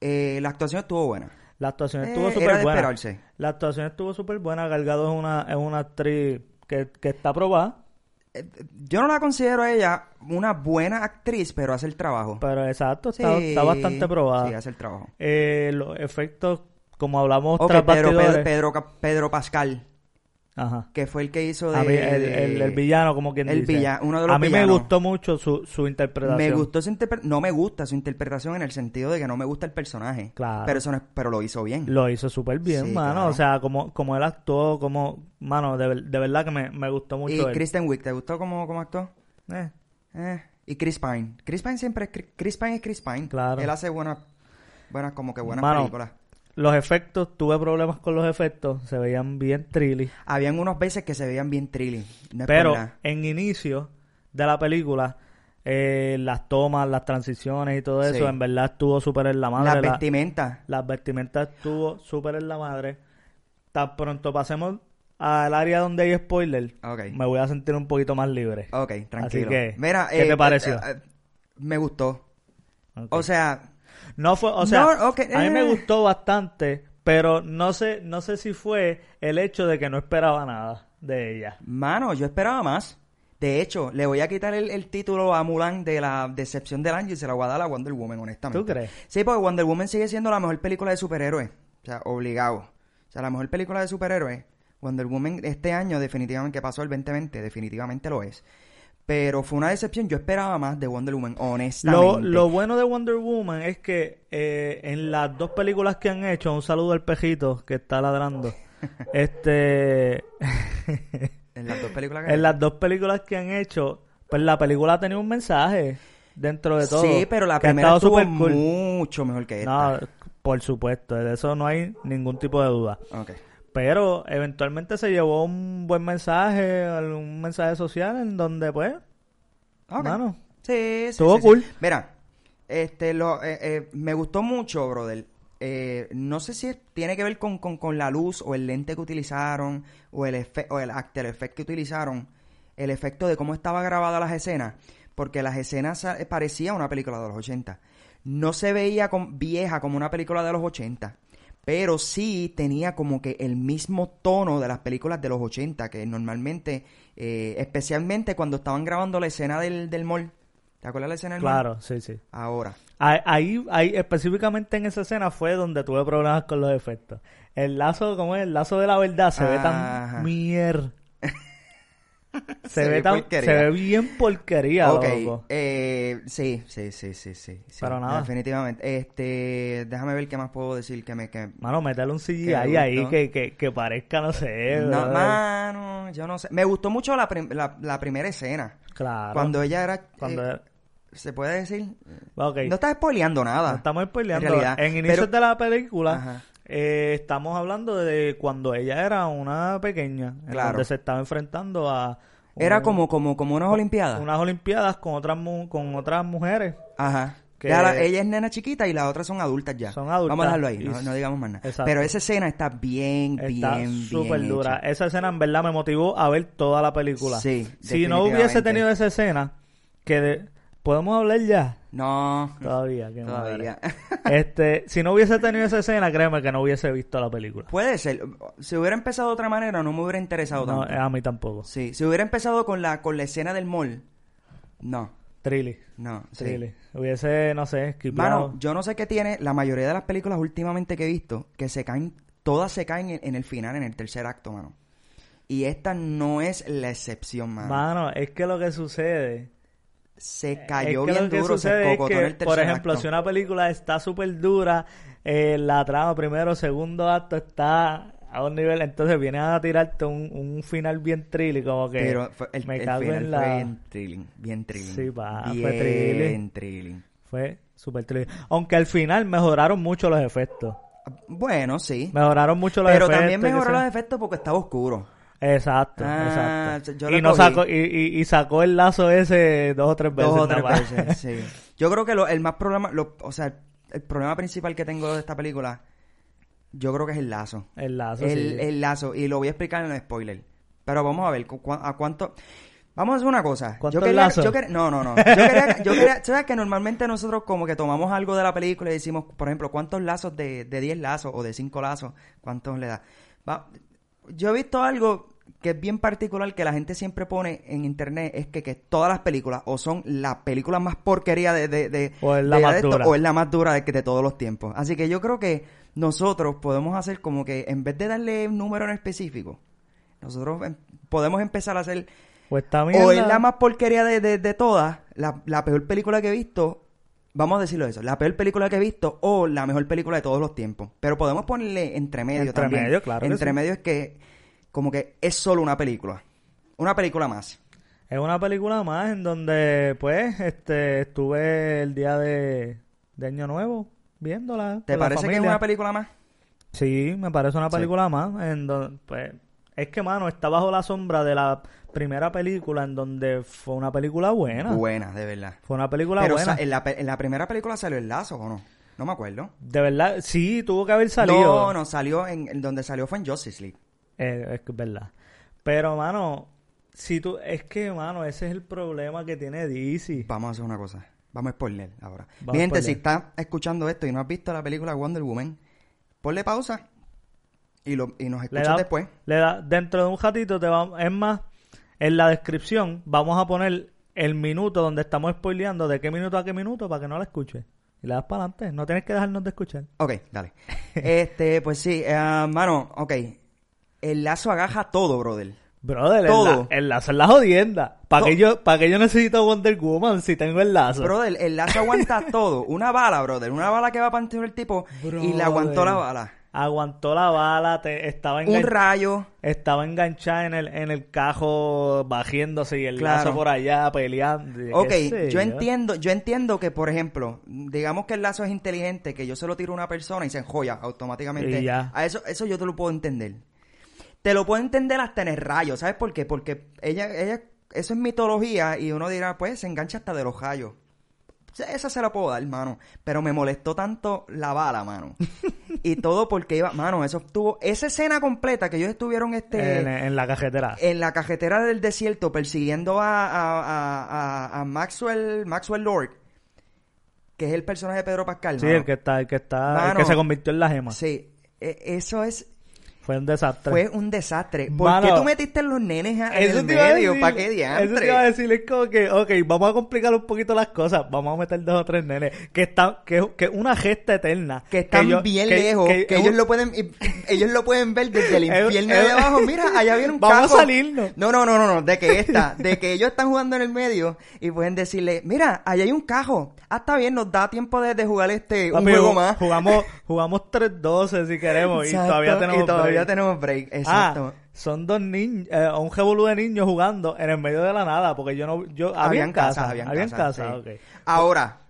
Speaker 1: Eh, la actuación estuvo buena.
Speaker 2: La actuación
Speaker 1: Eh,
Speaker 2: estuvo
Speaker 1: era
Speaker 2: súper
Speaker 1: de
Speaker 2: buena.
Speaker 1: esperarse.
Speaker 2: La actuación estuvo súper buena. Galgado es una, es una actriz que, que está probada,
Speaker 1: Eh, Yo no la considero a ella una buena actriz, pero hace el trabajo.
Speaker 2: pero exacto, está,
Speaker 1: Sí,
Speaker 2: está bastante probada.
Speaker 1: Sí, hace el trabajo.
Speaker 2: Eh, los efectos, como hablamos
Speaker 1: Ok,
Speaker 2: tras
Speaker 1: Pedro, Pedro,
Speaker 2: bastidores-
Speaker 1: Pedro, Ca- Pedro Pascal,
Speaker 2: Ajá.
Speaker 1: que fue el que hizo de...
Speaker 2: A mí, el, el- el villano, como quien
Speaker 1: El
Speaker 2: dice.
Speaker 1: villa- uno de los
Speaker 2: a mí me
Speaker 1: villanos.
Speaker 2: gustó mucho su, su interpretación.
Speaker 1: Me gustó su interpre- no me gusta su interpretación en el sentido de que no me gusta el personaje.
Speaker 2: Claro.
Speaker 1: Pero eso no es- pero lo hizo bien.
Speaker 2: Lo hizo súper bien,
Speaker 1: Sí,
Speaker 2: mano.
Speaker 1: claro.
Speaker 2: O sea, como, como él actuó, como... Mano, de, ver- de verdad que me, me gustó
Speaker 1: y
Speaker 2: mucho él.
Speaker 1: Kristen Wiig, ¿te gustó cómo, cómo actuó?
Speaker 2: Eh,
Speaker 1: Eh, Y Chris Pine. Chris Pine siempre es Chris- Chris Pine es Chris Pine.
Speaker 2: Claro.
Speaker 1: Él hace buenas, buenas como que buenas
Speaker 2: Mano.
Speaker 1: películas.
Speaker 2: Los efectos, tuve problemas con los efectos. Se veían bien trilly.
Speaker 1: Habían unos veces que se veían bien trilly. No es
Speaker 2: Pero
Speaker 1: por nada.
Speaker 2: en inicio de la película, eh, las tomas, las transiciones y todo
Speaker 1: Sí.
Speaker 2: eso, en verdad estuvo súper en la madre.
Speaker 1: las
Speaker 2: la-
Speaker 1: vestimentas.
Speaker 2: Las vestimentas estuvo súper en la madre. Tan pronto pasemos al área donde hay spoiler,
Speaker 1: Ok.
Speaker 2: me voy a sentir un poquito más libre.
Speaker 1: Ok, tranquilo.
Speaker 2: que,
Speaker 1: Mira,
Speaker 2: ¿qué
Speaker 1: eh,
Speaker 2: te
Speaker 1: eh,
Speaker 2: pareció?
Speaker 1: eh, me gustó.
Speaker 2: Ok.
Speaker 1: O sea,
Speaker 2: no fue, o sea,
Speaker 1: No, ok,
Speaker 2: a mí me
Speaker 1: eh.
Speaker 2: gustó bastante, pero no sé, no sé si fue el hecho de que no esperaba nada de ella.
Speaker 1: mano, yo esperaba más. De hecho, le voy a quitar el, el título a Mulan de la decepción del año y se la voy a dar a Wonder Woman, honestamente.
Speaker 2: ¿Tú crees?
Speaker 1: Sí, porque Wonder Woman sigue siendo la mejor película de superhéroes. O sea, obligado. O sea, la mejor película de superhéroes. Wonder Woman este año, definitivamente, que pasó el 2020, definitivamente lo es. Pero fue una decepción. Yo esperaba más de Wonder Woman,
Speaker 2: Lo,
Speaker 1: honestamente.
Speaker 2: lo bueno de Wonder Woman es que eh, en las dos películas que han hecho, un saludo al pejito que
Speaker 1: [LAUGHS]
Speaker 2: está ladrando. este [LAUGHS]
Speaker 1: En las dos películas que
Speaker 2: En las dos películas que han hecho, pues la película ha tenido un mensaje dentro de todo.
Speaker 1: Sí, pero la
Speaker 2: que ha
Speaker 1: primera
Speaker 2: estado
Speaker 1: estuvo
Speaker 2: súper cool.
Speaker 1: mucho mejor que esta.
Speaker 2: No, por supuesto, de eso no hay ningún tipo de duda.
Speaker 1: Ok.
Speaker 2: Pero eventualmente se llevó un buen mensaje, un mensaje social en donde, pues,
Speaker 1: Ok.
Speaker 2: mano,
Speaker 1: Sí, sí,
Speaker 2: Estuvo
Speaker 1: sí,
Speaker 2: cool.
Speaker 1: sí. Mira, este, lo, eh, eh, me gustó mucho, brother. Eh, no sé si es- tiene que ver con, con, con la luz o el lente que utilizaron o el, efe- o el after effect que utilizaron, el efecto de cómo estaba grabada las escenas, porque las escenas sa- eh, parecía una película de los 80. No se veía com- vieja como una película de los 80, pero sí tenía como que el mismo tono de las películas de los 80, que normalmente, eh, especialmente cuando estaban grabando la escena del, del mall. ¿Te acuerdas la escena del mall?
Speaker 2: claro, sí, sí.
Speaker 1: Ahora.
Speaker 2: Ahí, ahí, ahí, específicamente en esa escena fue donde tuve problemas con los efectos. El lazo, ¿cómo es? El lazo de la verdad se ve
Speaker 1: Ajá. [LAUGHS]
Speaker 2: tan mier. se,
Speaker 1: Se
Speaker 2: ve
Speaker 1: ve
Speaker 2: tan,
Speaker 1: porquería.
Speaker 2: se ve bien porquería,
Speaker 1: ok,
Speaker 2: loco.
Speaker 1: eh, sí, sí, sí, sí, sí, sí.
Speaker 2: Pero nada.
Speaker 1: Definitivamente. Este, déjame ver qué más puedo decir que me... Que...
Speaker 2: Mano, métele un CGI
Speaker 1: Que me
Speaker 2: ahí
Speaker 1: gustó.
Speaker 2: que, que, que parezca, no sé.
Speaker 1: No,
Speaker 2: brother.
Speaker 1: mano, yo no sé. Me gustó mucho la, prim- la, la primera escena.
Speaker 2: Claro.
Speaker 1: Cuando ella era...
Speaker 2: Cuando
Speaker 1: eh,
Speaker 2: era-
Speaker 1: ¿Se puede decir?
Speaker 2: Ok.
Speaker 1: No estás spoileando nada.
Speaker 2: No estamos spoileando.
Speaker 1: En realidad.
Speaker 2: En inicios
Speaker 1: Pero-
Speaker 2: de la película,
Speaker 1: Ajá.
Speaker 2: eh, estamos hablando de cuando ella era una pequeña. en
Speaker 1: Claro.
Speaker 2: Donde se estaba enfrentando a. un-
Speaker 1: Era como, como, como unas olimpiadas.
Speaker 2: Unas olimpiadas con otras, mu- con otras mujeres.
Speaker 1: Ajá.
Speaker 2: Que-
Speaker 1: Ya la- ella es nena chiquita y las otras son adultas ya.
Speaker 2: Son adultas.
Speaker 1: Vamos a dejarlo ahí, no,
Speaker 2: Y-
Speaker 1: no digamos más nada.
Speaker 2: Exacto.
Speaker 1: Pero esa escena está bien,
Speaker 2: Está
Speaker 1: bien,
Speaker 2: súper
Speaker 1: bien
Speaker 2: dura.
Speaker 1: hecha.
Speaker 2: Esa escena en verdad me motivó a ver toda la película.
Speaker 1: Sí,
Speaker 2: si no hubiese
Speaker 1: definitivamente.
Speaker 2: tenido esa escena, que de- podemos
Speaker 1: [LAUGHS]
Speaker 2: hablar ya.
Speaker 1: No,
Speaker 2: Todavía, qué
Speaker 1: todavía. [LAUGHS]
Speaker 2: madre. Este, si no hubiese tenido esa escena, créeme que no hubiese visto la película.
Speaker 1: Puede ser. Si hubiera empezado de otra manera, no me hubiera interesado
Speaker 2: No, eh, ah.
Speaker 1: tanto.
Speaker 2: a mí tampoco.
Speaker 1: Sí, si hubiera empezado con la, con la escena del mall, no.
Speaker 2: Trilly.
Speaker 1: No, sí.
Speaker 2: Trilly. Hubiese, no sé, esquipado.
Speaker 1: Mano, yo no sé qué tiene la mayoría de las películas últimamente que he visto, que se caen, todas se caen en, en el final, en el tercer acto, mano. Y esta no es la excepción, mano.
Speaker 2: Mano, es que lo que sucede.
Speaker 1: se
Speaker 2: Eh, es
Speaker 1: cayó
Speaker 2: que
Speaker 1: bien
Speaker 2: lo que
Speaker 1: duro, se
Speaker 2: sucede es
Speaker 1: cocotó
Speaker 2: que,
Speaker 1: en el tercer
Speaker 2: Por ejemplo,
Speaker 1: acto.
Speaker 2: si una película está súper dura, eh, la trama primero, segundo acto está a un nivel. Entonces vienen a tirarte un, un final bien trilly, como que.
Speaker 1: Pero fue- el,
Speaker 2: me
Speaker 1: el
Speaker 2: cago
Speaker 1: final
Speaker 2: en la.
Speaker 1: fue bien thrilling, bien thrilling.
Speaker 2: Sí, pa, fue
Speaker 1: bien
Speaker 2: thrilling.
Speaker 1: thrilling.
Speaker 2: Fue súper trilly. Aunque al final mejoraron mucho los efectos.
Speaker 1: Bueno, sí.
Speaker 2: Mejoraron mucho los
Speaker 1: Pero
Speaker 2: efectos.
Speaker 1: también
Speaker 2: y qué sé
Speaker 1: mejoró
Speaker 2: yo.
Speaker 1: los efectos porque estaba oscuro.
Speaker 2: Exacto,
Speaker 1: Ah,
Speaker 2: exacto.
Speaker 1: yo lo
Speaker 2: Y, no
Speaker 1: cogí.
Speaker 2: sacó, y, y- y sacó el lazo ese dos o tres veces.
Speaker 1: Dos o tres
Speaker 2: Pues nada más.
Speaker 1: veces, sí.
Speaker 2: [LAUGHS]
Speaker 1: Yo creo que lo- el más problema, lo- o sea, el problema principal que tengo de esta película, yo creo que es el lazo.
Speaker 2: El lazo,
Speaker 1: el,
Speaker 2: sí.
Speaker 1: el lazo, y lo voy a explicar en el spoiler. Pero vamos a ver, cu- cua- ¿a cuánto? Vamos a hacer una cosa.
Speaker 2: ¿Cuánto
Speaker 1: yo quería,
Speaker 2: lazo?
Speaker 1: yo quer- no, no, no. Yo quería, yo quería- [LAUGHS] ¿sabes que normalmente nosotros como que tomamos algo de la película y decimos, por ejemplo, ¿cuántos lazos de, de 10 lazos o de 5 lazos? ¿Cuántos le da? Va- yo he visto algo que es bien particular que la gente siempre pone en internet, es que, que todas las películas o son la película más porquería de, de, de-
Speaker 2: O es la
Speaker 1: de-
Speaker 2: más
Speaker 1: de esto,
Speaker 2: dura.
Speaker 1: o es la más dura de, de todos los tiempos. Así que yo creo que nosotros podemos hacer como que en vez de darle un número en específico, nosotros em- podemos empezar a hacer
Speaker 2: Pues esta
Speaker 1: o es
Speaker 2: mierda-
Speaker 1: la más porquería de, de- de todas, la, la peor película que he visto, vamos a decirlo eso, la peor película que he visto o la mejor película de todos los tiempos. Pero podemos ponerle entre medio
Speaker 2: Entre
Speaker 1: también.
Speaker 2: medio, claro que
Speaker 1: Entre
Speaker 2: sí.
Speaker 1: medio es que como que es solo una película. Una película más.
Speaker 2: Es una película más en donde, pues, este, estuve el día de, de Año Nuevo viéndola.
Speaker 1: ¿Te
Speaker 2: con la
Speaker 1: parece que es
Speaker 2: familia.
Speaker 1: una película más?
Speaker 2: Sí, me parece una
Speaker 1: Sí.
Speaker 2: película más. En donde, pues, es que, mano, está bajo la sombra de la primera película en donde fue una película buena.
Speaker 1: Buena, de verdad.
Speaker 2: Fue una película
Speaker 1: Pero
Speaker 2: buena.
Speaker 1: sa- en, la, pe- en la primera película salió el lazo o no? No me acuerdo.
Speaker 2: De verdad, sí, tuvo que haber salido.
Speaker 1: No, no, salió en, en donde salió fue en Justice League.
Speaker 2: Eh, es que es verdad. Pero, mano, si tú, es que, mano, ese es el problema que tiene DC.
Speaker 1: Vamos a hacer una cosa. Vamos a spoiler ahora.
Speaker 2: Vamos
Speaker 1: Mi
Speaker 2: a
Speaker 1: gente,
Speaker 2: spoiler.
Speaker 1: si está escuchando esto y no has visto la película Wonder Woman, ponle pausa y, lo, y nos
Speaker 2: Le
Speaker 1: escuchas
Speaker 2: da,
Speaker 1: después.
Speaker 2: le da- dentro de un ratito te vamos, es más, en la descripción vamos a poner el minuto donde estamos spoileando, de qué minuto a qué minuto, para que no la escuches. Y le das para adelante, no tienes que dejarnos de escuchar.
Speaker 1: Ok, dale. [LAUGHS] este, pues sí, eh, mano, ok. El lazo agaja todo, brother.
Speaker 2: Brother,
Speaker 1: Todo.
Speaker 2: el, la- el lazo es la jodienda. ¿Para
Speaker 1: To-
Speaker 2: qué, yo, ¿Para qué yo necesito Wonder Woman si tengo el lazo?
Speaker 1: Brother, el lazo
Speaker 2: [LAUGHS]
Speaker 1: aguanta todo. Una bala, brother. Una bala que va a partir el tipo y le aguantó
Speaker 2: Brother.
Speaker 1: la bala.
Speaker 2: Aguantó la bala, te, estaba
Speaker 1: Un
Speaker 2: enganchado.
Speaker 1: rayo.
Speaker 2: Estaba enganchada en el, en el cajo, bajiéndose y el
Speaker 1: Claro.
Speaker 2: lazo por allá, peleando. y qué
Speaker 1: Ok,
Speaker 2: sé
Speaker 1: yo entiendo, yo entiendo que, por ejemplo, digamos que el lazo es inteligente, que yo se lo tiro a una persona y se enjoya automáticamente.
Speaker 2: Y ya.
Speaker 1: A eso, eso yo te lo puedo entender. Te lo puedo entender hasta en el rayo, ¿sabes por qué? Porque ella, ella, eso es mitología y uno dirá, pues, se engancha hasta de los rayos. O sea, Esa se la puedo dar, mano. Pero me molestó tanto la bala, mano.
Speaker 2: [LAUGHS]
Speaker 1: y todo porque iba, mano, eso estuvo, esa escena completa que ellos estuvieron este
Speaker 2: En, en la cajetera.
Speaker 1: en la cajetera del desierto persiguiendo a, a- a- a- a Maxwell, Maxwell Lord, que es el personaje de Pedro Pascal.
Speaker 2: sí,
Speaker 1: mano.
Speaker 2: el que está, el que está, el
Speaker 1: Mano.
Speaker 2: que se convirtió en la gema.
Speaker 1: Sí, e- eso es,
Speaker 2: Fue un desastre.
Speaker 1: fue un desastre. ¿Por
Speaker 2: Mano.
Speaker 1: qué tú metiste los nenes a- en
Speaker 2: Eso
Speaker 1: el
Speaker 2: te iba a
Speaker 1: medio?
Speaker 2: decir,
Speaker 1: ¿Para qué
Speaker 2: Eso te iba a
Speaker 1: diantre?
Speaker 2: decir, es como que, ok, vamos a complicar un poquito las cosas, vamos a meter dos o tres nenes, que están, que que es una gesta eterna.
Speaker 1: Que están
Speaker 2: yo-
Speaker 1: bien
Speaker 2: que-
Speaker 1: lejos, que,
Speaker 2: es
Speaker 1: ellos
Speaker 2: un-
Speaker 1: lo pueden, y- ellos lo pueden ver
Speaker 2: [LAUGHS]
Speaker 1: desde el
Speaker 2: Es-
Speaker 1: infierno
Speaker 2: es-
Speaker 1: de abajo. Mira, allá viene un
Speaker 2: [LAUGHS] Vamos a
Speaker 1: cajo.
Speaker 2: salirnos.
Speaker 1: No, no, no, no, no, de que esta, de que ellos están jugando en el medio y pueden decirle, mira, allá hay un cajo. Ah, está bien, nos da tiempo de, de jugar este un
Speaker 2: Papi,
Speaker 1: juego
Speaker 2: ju-
Speaker 1: más.
Speaker 2: Jugamos,
Speaker 1: [LAUGHS]
Speaker 2: jugamos 3-12 si queremos
Speaker 1: Exacto,
Speaker 2: y todavía tenemos
Speaker 1: y todavía
Speaker 2: break.
Speaker 1: tenemos break,
Speaker 2: Ah,
Speaker 1: exacto.
Speaker 2: son dos niños, eh, un revolú de niños jugando en el medio de la nada, porque yo no, yo, había en casa, había
Speaker 1: habían
Speaker 2: en casa,
Speaker 1: sí.
Speaker 2: ok.
Speaker 1: Ahora,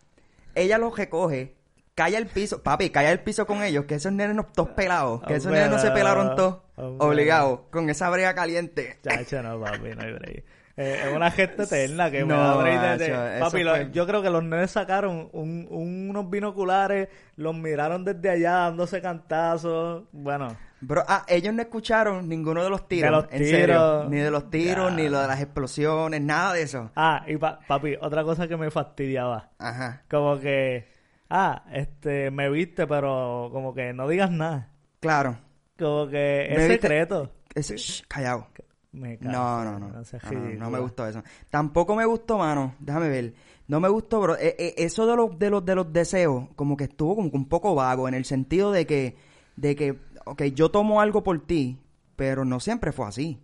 Speaker 1: ella los recoge, calla el piso, papi, calla el piso con ellos, que esos nenes no todos pelados, que esos nenes no se pelaron todos,
Speaker 2: Hombre.
Speaker 1: obligados, con esa brea caliente.
Speaker 2: Chacho, no, papi, no hay break. Eh, es una gesta eterna que me
Speaker 1: No,
Speaker 2: da break de- de-
Speaker 1: macho, eso
Speaker 2: Papi, lo-
Speaker 1: fue-
Speaker 2: yo creo que los nenes sacaron un- un- unos binoculares, los miraron desde allá dándose cantazos. Bueno,
Speaker 1: Bro, ah, ellos no escucharon ninguno de los tiros,
Speaker 2: De los
Speaker 1: en serio,
Speaker 2: tiros.
Speaker 1: ni de los tiros,
Speaker 2: Ya.
Speaker 1: ni lo de las explosiones, nada de eso.
Speaker 2: ah, y pa- papi, otra cosa que me fastidiaba.
Speaker 1: Ajá.
Speaker 2: Como que, ah, este, me viste, pero como que no digas nada.
Speaker 1: Claro.
Speaker 2: Como que
Speaker 1: Me
Speaker 2: es
Speaker 1: viste-
Speaker 2: secreto.
Speaker 1: Ese- shh, callado.
Speaker 2: Me cago,
Speaker 1: No, no, no.
Speaker 2: no
Speaker 1: No,
Speaker 2: seas
Speaker 1: no, no,
Speaker 2: ridícula.
Speaker 1: me gustó eso. Tampoco me gustó, mano. Déjame ver. No me gustó, bro. Eh, eh, eso de los, de los, de los deseos, como que estuvo como que un poco vago, en el sentido de que, de que, ok, yo tomo algo por ti, pero no siempre fue así.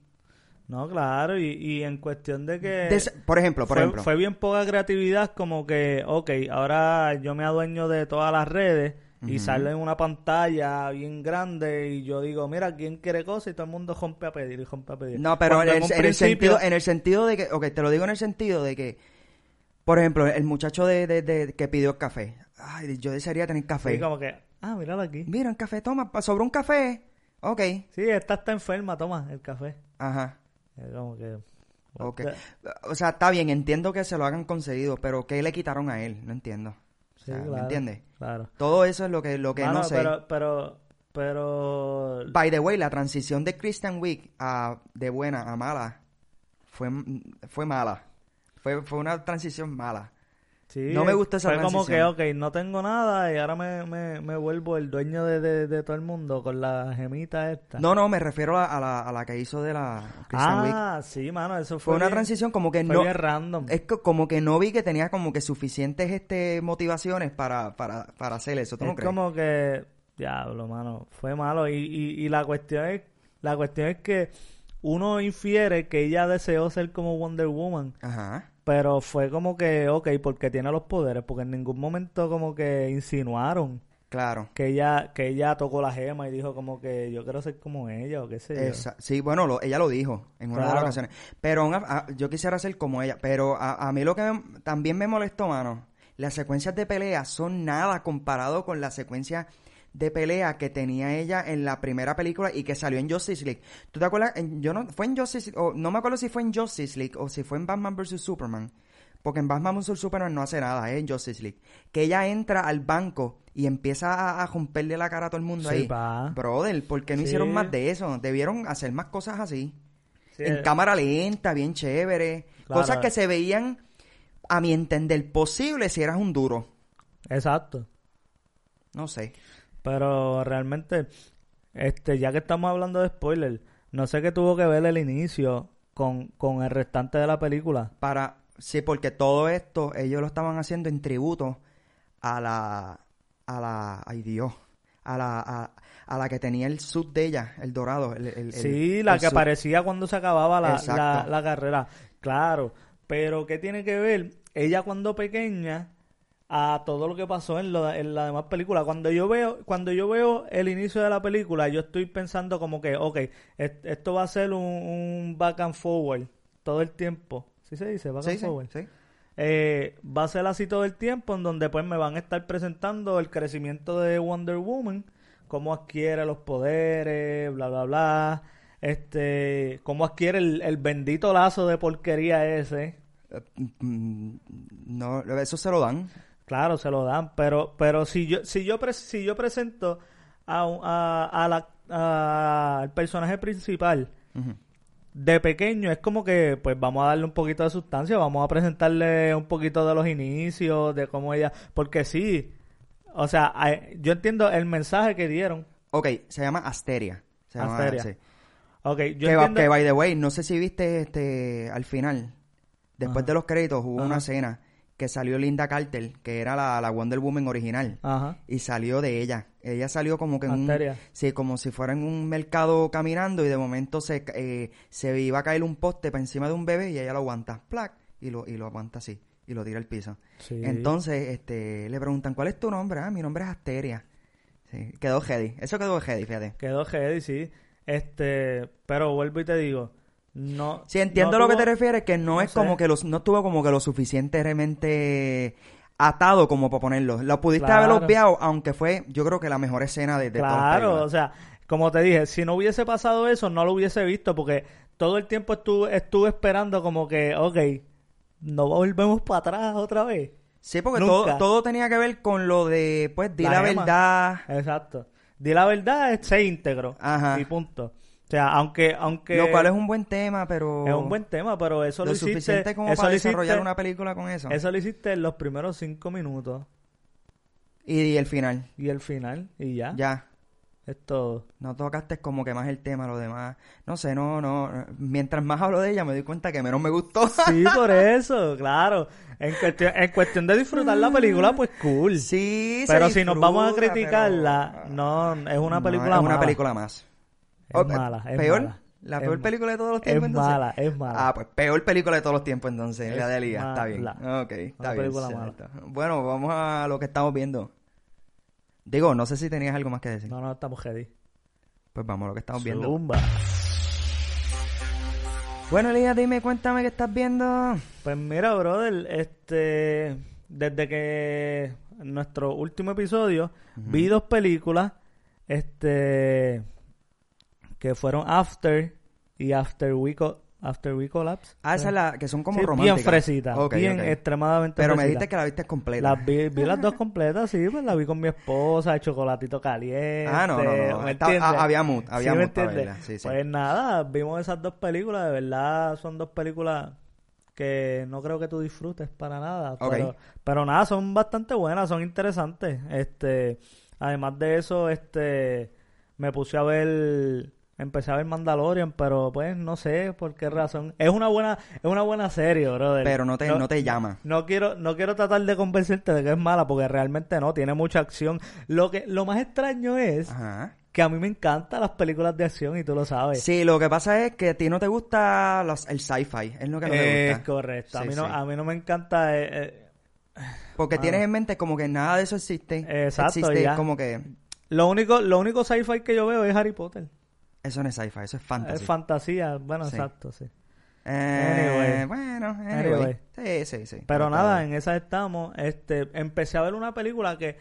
Speaker 2: No, claro, y, y en cuestión de que...
Speaker 1: Des- por ejemplo, por
Speaker 2: Eh, fue,
Speaker 1: ejemplo.
Speaker 2: fue bien poca creatividad, como que, ok, ahora yo me adueño de todas las redes y sale en una pantalla bien grande y yo digo, mira, ¿quién quiere cosa? Y todo el mundo rompe a pedir y rompe a pedir.
Speaker 1: No, pero en
Speaker 2: Cuando
Speaker 1: el,
Speaker 2: un
Speaker 1: en el
Speaker 2: principio-
Speaker 1: sentido, en el sentido de que, ok, te lo digo en el sentido de que, por ejemplo, el muchacho de, de- de- que pidió café. Ay, yo desearía tener
Speaker 2: Sí,
Speaker 1: café.
Speaker 2: como que, ah, míralo aquí.
Speaker 1: Mira, un café, toma, pa- sobró un café. Ok,
Speaker 2: Sí, esta está enferma, toma el café.
Speaker 1: ajá,
Speaker 2: Es como que... what
Speaker 1: ok.
Speaker 2: the-
Speaker 1: O sea, está bien, entiendo que se lo hagan conseguido, pero ¿qué le quitaron a él? No entiendo. O sea, ¿Me
Speaker 2: claro,
Speaker 1: entiendes?
Speaker 2: Claro.
Speaker 1: Todo eso es lo que, lo que
Speaker 2: Mano,
Speaker 1: no sé.
Speaker 2: pero, pero, pero...
Speaker 1: By the way, la transición de Christian Wick a, de buena a mala fue, fue mala. Fue, fue una transición mala.
Speaker 2: Sí,
Speaker 1: No me gusta esa
Speaker 2: fue como que,
Speaker 1: transición.
Speaker 2: ok, no tengo nada y ahora me, me, me vuelvo el dueño de, de, de todo el mundo con la gemita esta.
Speaker 1: No, no, me refiero a, a la, a la que hizo de la Christian Wick.
Speaker 2: ah, sí, mano, eso fue,
Speaker 1: Fue una
Speaker 2: bien-
Speaker 1: transición como que
Speaker 2: fue
Speaker 1: no...
Speaker 2: bien random.
Speaker 1: Es que como que no vi que tenía como que suficientes este motivaciones para, para, para hacer eso. ¿Tú no
Speaker 2: Es
Speaker 1: crees?
Speaker 2: como que, diablo, mano, fue malo. Y, y, y la cuestión es, la cuestión es que uno infiere que ella deseó ser como Wonder Woman,
Speaker 1: Ajá.
Speaker 2: pero fue como que, ok, porque tiene los poderes, porque en ningún momento como que insinuaron
Speaker 1: Claro.
Speaker 2: que ella, que ella tocó la gema y dijo como que yo quiero ser como ella o qué sé yo.
Speaker 1: Esa- sí, bueno, lo- ella lo dijo en una de las
Speaker 2: Claro.
Speaker 1: ocasiones. Pero aún a- a- yo quisiera ser como ella. Pero a, a mí lo que me- también me molestó, mano, las secuencias de pelea son nada comparado con la secuencia de pelea que tenía ella en la primera película y que salió en Justice League. ¿Tú te acuerdas? En- yo no, fue en Justice o no me acuerdo si fue en Justice League o si fue en Batman vs. Superman. Porque en Batman vs. Superman no hace nada, es en Justice League. Que ella entra al banco y empieza a, a romperle la cara a todo el mundo
Speaker 2: Sí,
Speaker 1: ahí.
Speaker 2: pa.
Speaker 1: Brother, ¿por qué no
Speaker 2: Sí.
Speaker 1: hicieron más de eso? Debieron hacer más cosas así.
Speaker 2: Sí,
Speaker 1: en
Speaker 2: eh,
Speaker 1: cámara lenta, bien chévere.
Speaker 2: Claro.
Speaker 1: Cosas que se veían, a mi entender, posible si eras un duro.
Speaker 2: Exacto.
Speaker 1: No sé.
Speaker 2: Pero realmente, este, ya que estamos hablando de spoiler, no sé qué tuvo que ver el inicio con, con el restante de la película.
Speaker 1: Para. Sí, porque todo esto ellos lo estaban haciendo en tributo a la. a la. ay Dios. A la. a, a la que tenía el sud de ella, el dorado. el- el- el-
Speaker 2: sí, la
Speaker 1: el
Speaker 2: que
Speaker 1: suit.
Speaker 2: aparecía cuando se acababa la, la,
Speaker 1: Exacto.
Speaker 2: la carrera. Claro. Pero, ¿qué tiene que ver ella cuando pequeña a todo lo que pasó en, lo- en la demás película? Cuando yo veo cuando yo veo el inicio de la película, yo estoy pensando como que, ok, est- esto va a ser un, un back and forward todo el tiempo. ¿Sí se dice? Back
Speaker 1: Sí,
Speaker 2: and
Speaker 1: sí,
Speaker 2: forward.
Speaker 1: sí.
Speaker 2: Eh, va a ser así todo el tiempo, en donde pues me van a estar presentando el crecimiento de Wonder Woman, cómo adquiere los poderes, bla, bla, bla, este, cómo adquiere el, el bendito lazo de porquería ese.
Speaker 1: Eh, mm, No, eso se lo dan.
Speaker 2: Claro, se lo dan, pero, pero si yo, si yo, pres- si yo presento a, un- a- a la- a- al personaje principal
Speaker 1: Ujú.
Speaker 2: de pequeño es como que pues vamos a darle un poquito de sustancia, vamos a presentarle un poquito de los inicios, de cómo ella, porque sí, o sea, hay- yo entiendo el mensaje que dieron,
Speaker 1: Ok, se llama Asteria. Se llama-
Speaker 2: Asteria.
Speaker 1: sí.
Speaker 2: ok, yo
Speaker 1: que, va-
Speaker 2: entiendo,
Speaker 1: que, by the way, no sé si viste este al final, después
Speaker 2: Ajá.
Speaker 1: de los créditos hubo una
Speaker 2: Ajá.
Speaker 1: escena que salió Linda Carter, que era la, la Wonder Woman original,
Speaker 2: ajá,
Speaker 1: y salió de ella. Ella salió como que en un,
Speaker 2: Asteria.
Speaker 1: sí, como si fuera en un mercado caminando y de momento se ca- eh, se iba a caer un poste para encima de un bebé y ella lo aguanta, plac, y lo y lo aguanta así y lo tira al piso.
Speaker 2: Sí.
Speaker 1: Entonces, este, le preguntan ¿cuál es tu nombre? Ah, mi nombre es Asteria. Sí, quedó heady. Eso quedó heady, fíjate.
Speaker 2: quedó heavy, sí, este, pero vuelvo y te digo, no,
Speaker 1: Sí, entiendo
Speaker 2: no
Speaker 1: lo que
Speaker 2: tuvo-
Speaker 1: te refieres, que no,
Speaker 2: no
Speaker 1: es
Speaker 2: sé.
Speaker 1: como que los, no estuvo como que lo suficientemente atado como para ponerlo. Lo pudiste
Speaker 2: Claro.
Speaker 1: haber obviado, aunque fue, yo creo que la mejor escena de, de todas las
Speaker 2: Claro, o
Speaker 1: películas.
Speaker 2: sea, como te dije, si no hubiese pasado eso, no lo hubiese visto, porque todo el tiempo estuve, estuve esperando como que, ok, no volvemos para atrás otra vez.
Speaker 1: Sí, porque todo,
Speaker 2: nunca.
Speaker 1: todo tenía que ver con lo de, pues, di la,
Speaker 2: La gema.
Speaker 1: verdad.
Speaker 2: Exacto. Di la verdad, es ser íntegro.
Speaker 1: Ajá.
Speaker 2: Y punto. O sea, aunque... aunque
Speaker 1: Lo cual es un buen tema, pero.
Speaker 2: es un buen tema, pero eso
Speaker 1: Lo,
Speaker 2: lo, hiciste...
Speaker 1: suficiente como
Speaker 2: eso
Speaker 1: para
Speaker 2: lo hiciste-
Speaker 1: desarrollar una película con eso.
Speaker 2: Eso lo hiciste en los primeros cinco minutos
Speaker 1: Y, y el final.
Speaker 2: Ah. y el final, y ya.
Speaker 1: Ya.
Speaker 2: Es todo.
Speaker 1: No tocaste como que más el tema, lo demás. No sé, no, no. Mientras más hablo de ella, me doy cuenta que menos me gustó.
Speaker 2: Sí, por eso, claro. En cuestión, en cuestión de disfrutar la película, pues cool.
Speaker 1: sí, se
Speaker 2: pero si nos
Speaker 1: disfruta,
Speaker 2: vamos a
Speaker 1: pero-
Speaker 2: criticarla, no, es una
Speaker 1: No,
Speaker 2: película
Speaker 1: es una
Speaker 2: mala.
Speaker 1: película más.
Speaker 2: Es
Speaker 1: Oh,
Speaker 2: mala, es
Speaker 1: ¿Peor?
Speaker 2: mala.
Speaker 1: ¿La
Speaker 2: Es
Speaker 1: peor
Speaker 2: ma-
Speaker 1: película de todos los tiempos
Speaker 2: Es
Speaker 1: entonces?
Speaker 2: mala, es mala.
Speaker 1: Ah, pues peor película de todos los tiempos entonces,
Speaker 2: Es
Speaker 1: la de Liga. Está bien.
Speaker 2: mala.
Speaker 1: Ok, está
Speaker 2: Una
Speaker 1: bien.
Speaker 2: película
Speaker 1: se-
Speaker 2: mala.
Speaker 1: está- Bueno, vamos a lo que estamos viendo. Digo, no sé si tenías algo más que decir.
Speaker 2: No, no, estamos ready.
Speaker 1: Pues vamos a lo que estamos viendo.
Speaker 2: Zumba.
Speaker 1: Bueno, Liga, dime, cuéntame qué estás viendo. Ah,
Speaker 2: Pues mira, brother, este, desde que nuestro último episodio vi dos películas, este, que fueron After y After We, Co- After We Collapse.
Speaker 1: Ah, esas la- que son como
Speaker 2: Sí,
Speaker 1: románticas.
Speaker 2: Bien fresita,
Speaker 1: Ok,
Speaker 2: bien
Speaker 1: ok.
Speaker 2: extremadamente
Speaker 1: Pero me
Speaker 2: fresita.
Speaker 1: dijiste que la viste completa.
Speaker 2: Las vi, vi las dos completas, sí, pues las vi con mi esposa, chocolatito caliente.
Speaker 1: Ah, no, no, no. Estaba-
Speaker 2: ¿me entiendes?
Speaker 1: ah, había mood, había
Speaker 2: ¿Sí me
Speaker 1: mood para
Speaker 2: entiendes?
Speaker 1: verla, sí, sí.
Speaker 2: Pues nada, vimos esas dos películas, de verdad son dos películas que no creo que tú disfrutes para nada.
Speaker 1: Ok.
Speaker 2: Pero, pero nada, son bastante buenas, son interesantes. Este, además de eso, este, me puse a ver, empecé a ver Mandalorian, pero pues no sé por qué razón. Es una buena, es una buena serie, brother.
Speaker 1: Pero no te, no te llama.
Speaker 2: No quiero, no quiero tratar de convencerte de que es mala, porque realmente no, tiene mucha acción. Lo que, lo más extraño es
Speaker 1: Ajá.
Speaker 2: que a mí me encantan las películas de acción y tú lo sabes.
Speaker 1: Sí, lo que pasa es que a ti no te gusta los- el sci-fi. Es lo que no te
Speaker 2: es
Speaker 1: gusta.
Speaker 2: correcto. a
Speaker 1: Sí,
Speaker 2: mí no,
Speaker 1: sí.
Speaker 2: a mí no me encanta. eh, eh,
Speaker 1: Porque
Speaker 2: Mano.
Speaker 1: tienes en mente como que nada de eso existe.
Speaker 2: Exacto,
Speaker 1: Existe
Speaker 2: ya.
Speaker 1: como que...
Speaker 2: lo único, lo único sci-fi que yo veo es Harry Potter.
Speaker 1: Eso no es sci-fi, eso es fantasy.
Speaker 2: Es fantasía, bueno,
Speaker 1: Sí.
Speaker 2: exacto, sí.
Speaker 1: Eh,
Speaker 2: Anyway.
Speaker 1: Bueno, anyway.
Speaker 2: Anyway.
Speaker 1: Sí, sí, sí.
Speaker 2: Pero
Speaker 1: Está
Speaker 2: nada,
Speaker 1: bien.
Speaker 2: en esas estamos. Este, empecé a ver una película que,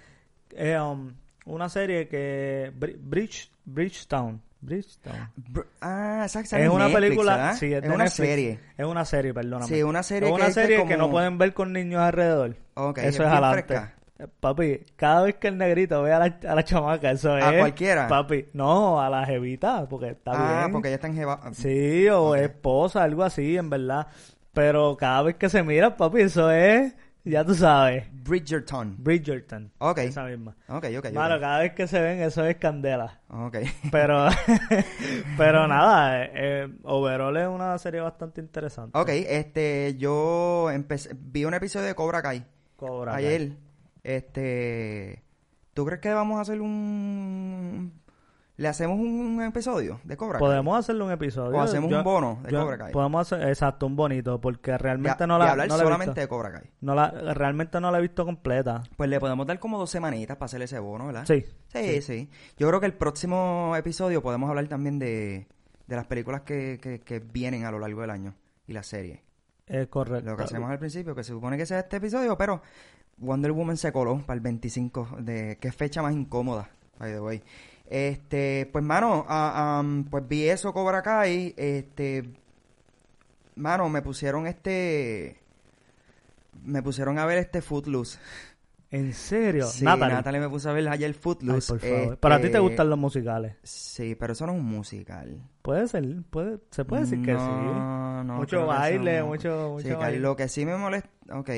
Speaker 2: eh, um, una serie que Bri- Bridge, Bridgetown. Bridgetown.
Speaker 1: Br- Ah, esa que sale
Speaker 2: Es
Speaker 1: en
Speaker 2: una
Speaker 1: Netflix,
Speaker 2: película,
Speaker 1: ¿verdad?
Speaker 2: sí, es,
Speaker 1: es
Speaker 2: de
Speaker 1: una
Speaker 2: Netflix.
Speaker 1: serie.
Speaker 2: Es una serie, perdóname.
Speaker 1: Sí, una serie
Speaker 2: es una
Speaker 1: que es de
Speaker 2: serie que
Speaker 1: como-
Speaker 2: no pueden ver con niños alrededor.
Speaker 1: Ok, es
Speaker 2: eso es
Speaker 1: bien
Speaker 2: adelante.
Speaker 1: fresca.
Speaker 2: Eh, Papi, cada vez que el negrito ve a la, a la chamaca, eso es.
Speaker 1: ¿A cualquiera?
Speaker 2: Papi, no, a la jevita, porque está
Speaker 1: ah,
Speaker 2: bien.
Speaker 1: porque ella está en Jeva.
Speaker 2: Sí, o esposa, algo así, en verdad. Pero cada vez que se mira, papi, eso es, ya tú sabes,
Speaker 1: Bridgerton.
Speaker 2: Bridgerton.
Speaker 1: Ok.
Speaker 2: Esa misma.
Speaker 1: Ok, ok, ok.
Speaker 2: Mano, cada vez que se ven, eso es candela.
Speaker 1: Ok. [LAUGHS]
Speaker 2: Pero, [LAUGHS] pero nada, eh, eh, Overall es una serie bastante interesante.
Speaker 1: Ok, este, yo empecé, vi un episodio de Cobra Kai
Speaker 2: Cobra Kai.
Speaker 1: ayer. Este, ¿tú crees que vamos a hacer un... ¿Le hacemos un episodio de Cobra Kai?
Speaker 2: Podemos hacerle un episodio.
Speaker 1: O hacemos un bono de Cobra Kai.
Speaker 2: Podemos hacer, exacto, un bonito, porque
Speaker 1: Y-
Speaker 2: realmente
Speaker 1: y
Speaker 2: no la,
Speaker 1: hablar
Speaker 2: no la he
Speaker 1: solamente
Speaker 2: visto.
Speaker 1: de Cobra Kai.
Speaker 2: No la- realmente no la he visto completa.
Speaker 1: Pues le podemos dar como dos semanitas para hacer ese bono, ¿verdad?
Speaker 2: Sí.
Speaker 1: Sí, sí. Yo creo que el próximo episodio podemos hablar también de, de las películas que, que, que vienen a lo largo del año y las series.
Speaker 2: Es correcto.
Speaker 1: Lo que hacemos al principio, que se supone que sea este episodio, pero Wonder Woman se coló para el 25, de qué fecha más incómoda, by the way. Este, pues mano, ah, am, pues vi eso Cobra Kai, este, mano, me pusieron este, me pusieron a ver este Footloose.
Speaker 2: ¿En serio?
Speaker 1: Sí,
Speaker 2: Natalie.
Speaker 1: Natalie. me puso a ver ayer
Speaker 2: Ay,
Speaker 1: Footloose.
Speaker 2: por favor.
Speaker 1: este,
Speaker 2: Para ti te gustan los musicales.
Speaker 1: Sí, pero eso no es un musical.
Speaker 2: Puede ser, puede, se puede decir que sí.
Speaker 1: No, no,
Speaker 2: Mucho
Speaker 1: creo que eso
Speaker 2: baile,
Speaker 1: no.
Speaker 2: mucho-
Speaker 1: Sí,
Speaker 2: mucho
Speaker 1: que
Speaker 2: baile.
Speaker 1: Lo que sí me molesta, ok,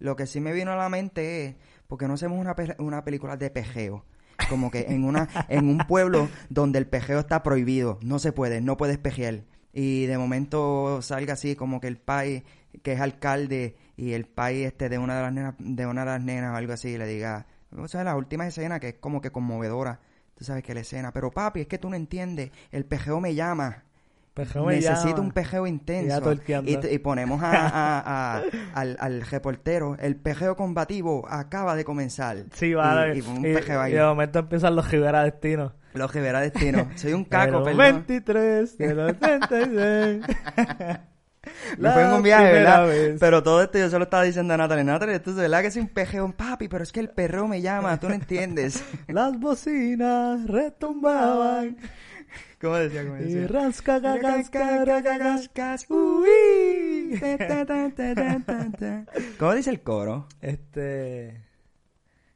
Speaker 1: lo que sí me vino a la mente es, porque no hacemos una, pe- una película de pejeo. Como que en una en un pueblo donde el pejeo está prohibido, no se puede, no puedes pejear. Y de momento salga así como que el pai que es alcalde y el pai este de una de las nenas de una de las nenas o algo así le diga, o sea, la última escena que es como que conmovedora. Tú sabes que la escena, pero papi, es que tú no entiendes, el pejeo me llama.
Speaker 2: Pejeo me
Speaker 1: Necesito
Speaker 2: llama.
Speaker 1: un pejeo
Speaker 2: Ya
Speaker 1: intenso.
Speaker 2: torqueando.
Speaker 1: Y, t- y ponemos a, a- a- al, al reportero. El pejeo combativo acaba de comenzar.
Speaker 2: Sí,
Speaker 1: Y-
Speaker 2: vale.
Speaker 1: Y, un
Speaker 2: Y-
Speaker 1: pejeo ahí.
Speaker 2: y de momento empiezan los Rivera Destino.
Speaker 1: Los que verá
Speaker 2: [LAUGHS]
Speaker 1: destino. Soy un caco,
Speaker 2: de los
Speaker 1: perdón.
Speaker 2: 23,
Speaker 1: [LAUGHS]
Speaker 2: de los 36.
Speaker 1: Me
Speaker 2: La
Speaker 1: fue en un viaje,
Speaker 2: primera
Speaker 1: ¿verdad?
Speaker 2: vez.
Speaker 1: Pero todo esto yo se lo estaba diciendo a Natalie. Natalie, esto es de verdad que es un pejeo. Papi, pero es que el perro me llama. Tú no
Speaker 2: [LAUGHS]
Speaker 1: entiendes.
Speaker 2: Las bocinas retumbaban
Speaker 1: ¿Cómo decía? ¿Cómo
Speaker 2: Ah, y
Speaker 1: decía?
Speaker 2: rasca [LAUGHS]
Speaker 1: Uy. Ta, ta, ta, ta, ta, ta, ta. ¿Cómo dice el coro?
Speaker 2: Este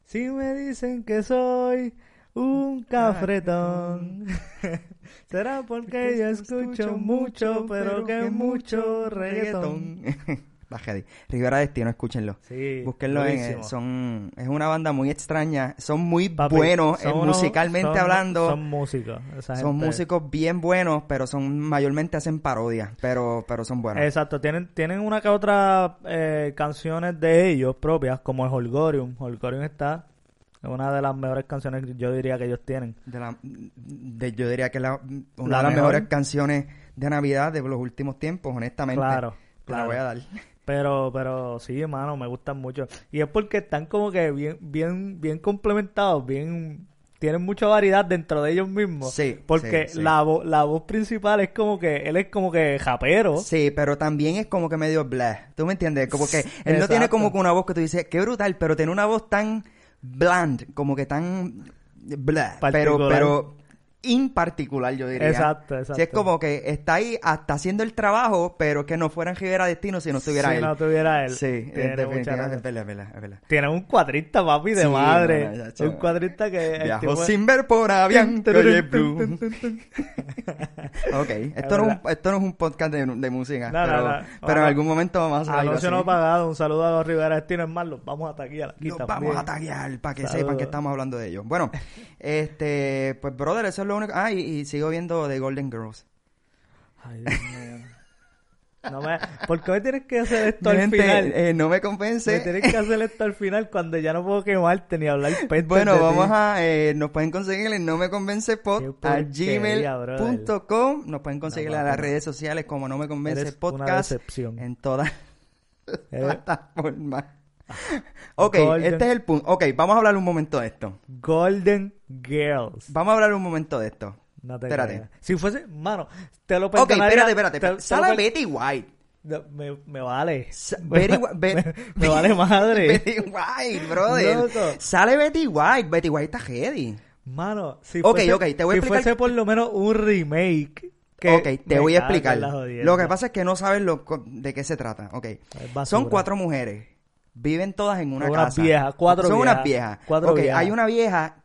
Speaker 2: si me dicen que soy un
Speaker 1: Ah,
Speaker 2: cafretón [LAUGHS]
Speaker 1: [LAUGHS]
Speaker 2: será porque yo escucho mucho pero que mucho reggaetón.
Speaker 1: está heavy. Rivera Destino, escúchenlo.
Speaker 2: Sí,
Speaker 1: Búsquenlo en- eh,
Speaker 2: durísimo.
Speaker 1: son, es una banda muy extraña, son muy
Speaker 2: Papi,
Speaker 1: buenos
Speaker 2: son
Speaker 1: eh,
Speaker 2: unos-
Speaker 1: musicalmente
Speaker 2: son-
Speaker 1: hablando.
Speaker 2: Son músicos. esa
Speaker 1: Son
Speaker 2: gente.
Speaker 1: músicos bien buenos, pero son mayormente hacen parodias, pero, pero son buenos.
Speaker 2: Exacto, tienen, tienen una que otra eh, canciones de ellos propias, como el Holgorium. Holgorium está, es una de las mejores canciones que yo diría que ellos tienen.
Speaker 1: De la, de- yo diría que la, una
Speaker 2: La
Speaker 1: de las
Speaker 2: mejor.
Speaker 1: mejores canciones de Navidad de los últimos tiempos, honestamente.
Speaker 2: Claro,
Speaker 1: Te la
Speaker 2: claro.
Speaker 1: voy a dar.
Speaker 2: Pero, pero sí, hermano, me gustan mucho. Y es porque están como que bien, bien, bien complementados, bien, tienen mucha variedad dentro de ellos mismos.
Speaker 1: Sí,
Speaker 2: Porque
Speaker 1: sí, sí.
Speaker 2: La, vo- la voz principal es como que, él es como que japero.
Speaker 1: Sí, pero también es como que medio blah. ¿Tú me entiendes? Como que él no tiene
Speaker 2: Exacto.
Speaker 1: como que una voz que tú dices, qué brutal, pero tiene una voz tan bland, como que tan blah. Pero,
Speaker 2: Particular.
Speaker 1: pero imparticular, yo diría.
Speaker 2: Exacto, exacto.
Speaker 1: Sí, es como que está ahí hasta haciendo el trabajo, pero que no fuera en Rivera Destino si no estuviera
Speaker 2: si
Speaker 1: él.
Speaker 2: no tuviera él.
Speaker 1: Sí, es
Speaker 2: Tiene mucha
Speaker 1: definitivamente, es
Speaker 2: razón.
Speaker 1: verdad, es verdad, es verdad.
Speaker 2: Tiene un cuadrista, papi, de
Speaker 1: Sí,
Speaker 2: madre.
Speaker 1: mano, ya, chaval.
Speaker 2: un cuadrista que... el
Speaker 1: Viajo
Speaker 2: tipo-
Speaker 1: sin ver por avión, Oye, Blue. [LAUGHS] Ok, esto no, es
Speaker 2: verdad.
Speaker 1: un, esto no es un podcast de, de música,
Speaker 2: No, no,
Speaker 1: pero,
Speaker 2: no.
Speaker 1: pero en
Speaker 2: Vamos.
Speaker 1: algún momento vamos a hacer algo
Speaker 2: Anuncio
Speaker 1: así.
Speaker 2: no pagado, un saludo a los Rivera Destino, es más, los vamos a taquillar aquí
Speaker 1: Los
Speaker 2: también.
Speaker 1: vamos a taguear para que
Speaker 2: Saludos.
Speaker 1: sepan que estamos hablando de ellos.
Speaker 2: [LAUGHS]
Speaker 1: Bueno, este, pues brother, eso es lo único. Ah, y, y sigo viendo The Golden Girls.
Speaker 2: Ay, Dios mío. No me... ¿Por qué me tienes
Speaker 1: [LAUGHS]
Speaker 2: que hacer esto al
Speaker 1: Gente,
Speaker 2: final?
Speaker 1: eh, no me
Speaker 2: Me
Speaker 1: convence.
Speaker 2: tienes que hacer esto al final cuando ya no puedo quemarte ni hablar
Speaker 1: [LAUGHS]
Speaker 2: peste
Speaker 1: Bueno, vamos a, eh, nos pueden conseguir en no me convence pod
Speaker 2: Qué
Speaker 1: a
Speaker 2: porquería,
Speaker 1: gmail.com. Nos pueden conseguir
Speaker 2: No,
Speaker 1: en las
Speaker 2: no.
Speaker 1: redes sociales como no me convence
Speaker 2: Eres una
Speaker 1: podcast
Speaker 2: decepción.
Speaker 1: en todas las
Speaker 2: [LAUGHS] Eres- Ah,
Speaker 1: plataformas. Ok,
Speaker 2: Golden-
Speaker 1: este es el punto. Ok, vamos a hablar un momento de esto.
Speaker 2: Golden Girls.
Speaker 1: Vamos a hablar un momento de esto.
Speaker 2: No te
Speaker 1: Espérate.
Speaker 2: creas. Si fuese, mano, te lo
Speaker 1: Ok,
Speaker 2: perdonaría-
Speaker 1: espérate, espérate.
Speaker 2: pues, te- te
Speaker 1: espérate.
Speaker 2: lo
Speaker 1: Sale
Speaker 2: per-
Speaker 1: Betty White.
Speaker 2: No, me, me vale.
Speaker 1: Sa-
Speaker 2: [LAUGHS]
Speaker 1: Betty Whi- Be-
Speaker 2: me,
Speaker 1: [LAUGHS]
Speaker 2: me vale madre.
Speaker 1: Betty White, brother.
Speaker 2: Loco.
Speaker 1: Sale Betty White. Betty White está heavy.
Speaker 2: Mano, si
Speaker 1: Ok,
Speaker 2: fuese,
Speaker 1: ok, te voy a
Speaker 2: si
Speaker 1: explicar-
Speaker 2: fuese por lo menos un remake. Que
Speaker 1: ok, te
Speaker 2: me
Speaker 1: voy a
Speaker 2: cago en
Speaker 1: explicar.
Speaker 2: la jodienda.
Speaker 1: Lo que pasa es que no sabes lo co- de qué se trata. Ok.
Speaker 2: basura.
Speaker 1: Son cuatro mujeres. Viven todas en una
Speaker 2: Son unas
Speaker 1: casa.
Speaker 2: viejas, cuatro
Speaker 1: Son unas
Speaker 2: viejas,
Speaker 1: viejas.
Speaker 2: cuatro
Speaker 1: ok,
Speaker 2: viejas.
Speaker 1: hay una vieja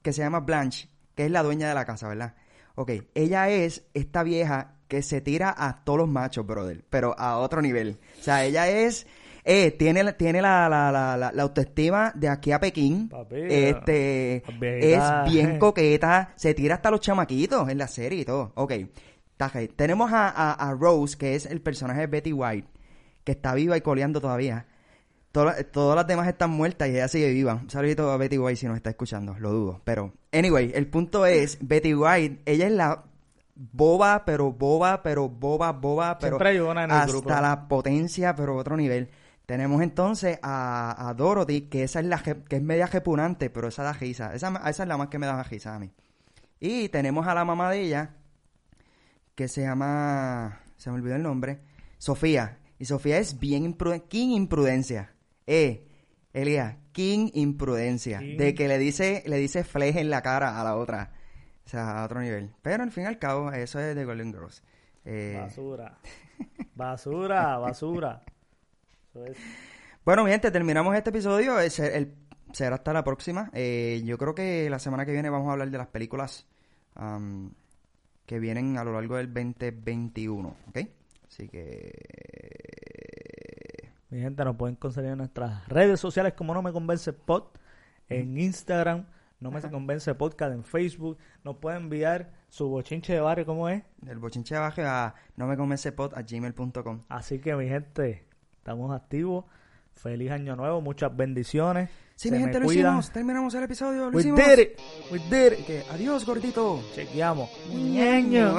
Speaker 1: que se llama Blanche, que es la dueña de la casa, ¿verdad? Ok, ella es esta vieja que se tira a todos los machos, brother, pero a otro nivel. O sea, ella es... Eh, tiene la- tiene la, la, la, la, la autoestima de aquí a Pekín.
Speaker 2: Papi,
Speaker 1: este,
Speaker 2: las
Speaker 1: es
Speaker 2: viejitas.
Speaker 1: bien coqueta, se tira hasta los chamaquitos en la serie y todo. Ok, está heavy. tenemos a, a, a Rose, que es el personaje de Betty White, que está viva y coleando todavía. Toda- todas las demás están muertas y ella sigue viva. Un saludito a Betty White si nos está escuchando, lo dudo. Pero, anyway, el punto es, Betty White, ella es la boba, pero boba, pero boba, boba, pero
Speaker 2: Siempre hay una en el
Speaker 1: hasta
Speaker 2: grupo.
Speaker 1: la potencia, pero otro nivel. Tenemos entonces a, a Dorothy, que esa es la je- que es media repugnante, pero esa da risa. Esa, esa es la más que me da risa a mí. Y tenemos a la mamá de ella, que se llama, se me olvidó el nombre, Sofía. Y Sofía es bien imprudencia, King Imprudencia. Eh, Elías, King Imprudencia.
Speaker 2: King.
Speaker 1: De que le dice, le dice fleje en la cara a la otra. O sea, a otro nivel. Pero al fin y al cabo, eso es de Golden Girls. Eh,
Speaker 2: Basura. Basura, basura. Eso es-
Speaker 1: bueno, mi gente, terminamos este episodio. Es el- el- será hasta la próxima. Eh, yo creo que la semana que viene vamos a hablar de las películas am, que vienen a lo largo del 2021. ¿Ok? Así eh, que.
Speaker 2: Mi gente, nos pueden conseguir en nuestras redes sociales como No Me Convence Pod, en Instagram, No Me Convence Podcast, en Facebook. Nos pueden enviar su bochinche de barrio, ¿cómo es?
Speaker 1: El bochinche abajo a no me convence a gmail.com.
Speaker 2: Así que, mi gente, estamos activos. Feliz año nuevo, muchas bendiciones.
Speaker 1: Sí,
Speaker 2: Se
Speaker 1: mi
Speaker 2: me
Speaker 1: gente, lo
Speaker 2: cuidan.
Speaker 1: hicimos. Terminamos el episodio. Lo
Speaker 2: We
Speaker 1: hicimos.
Speaker 2: did it, we did it.
Speaker 1: Que adiós, gordito.
Speaker 2: Chequeamos.
Speaker 1: Ñaño.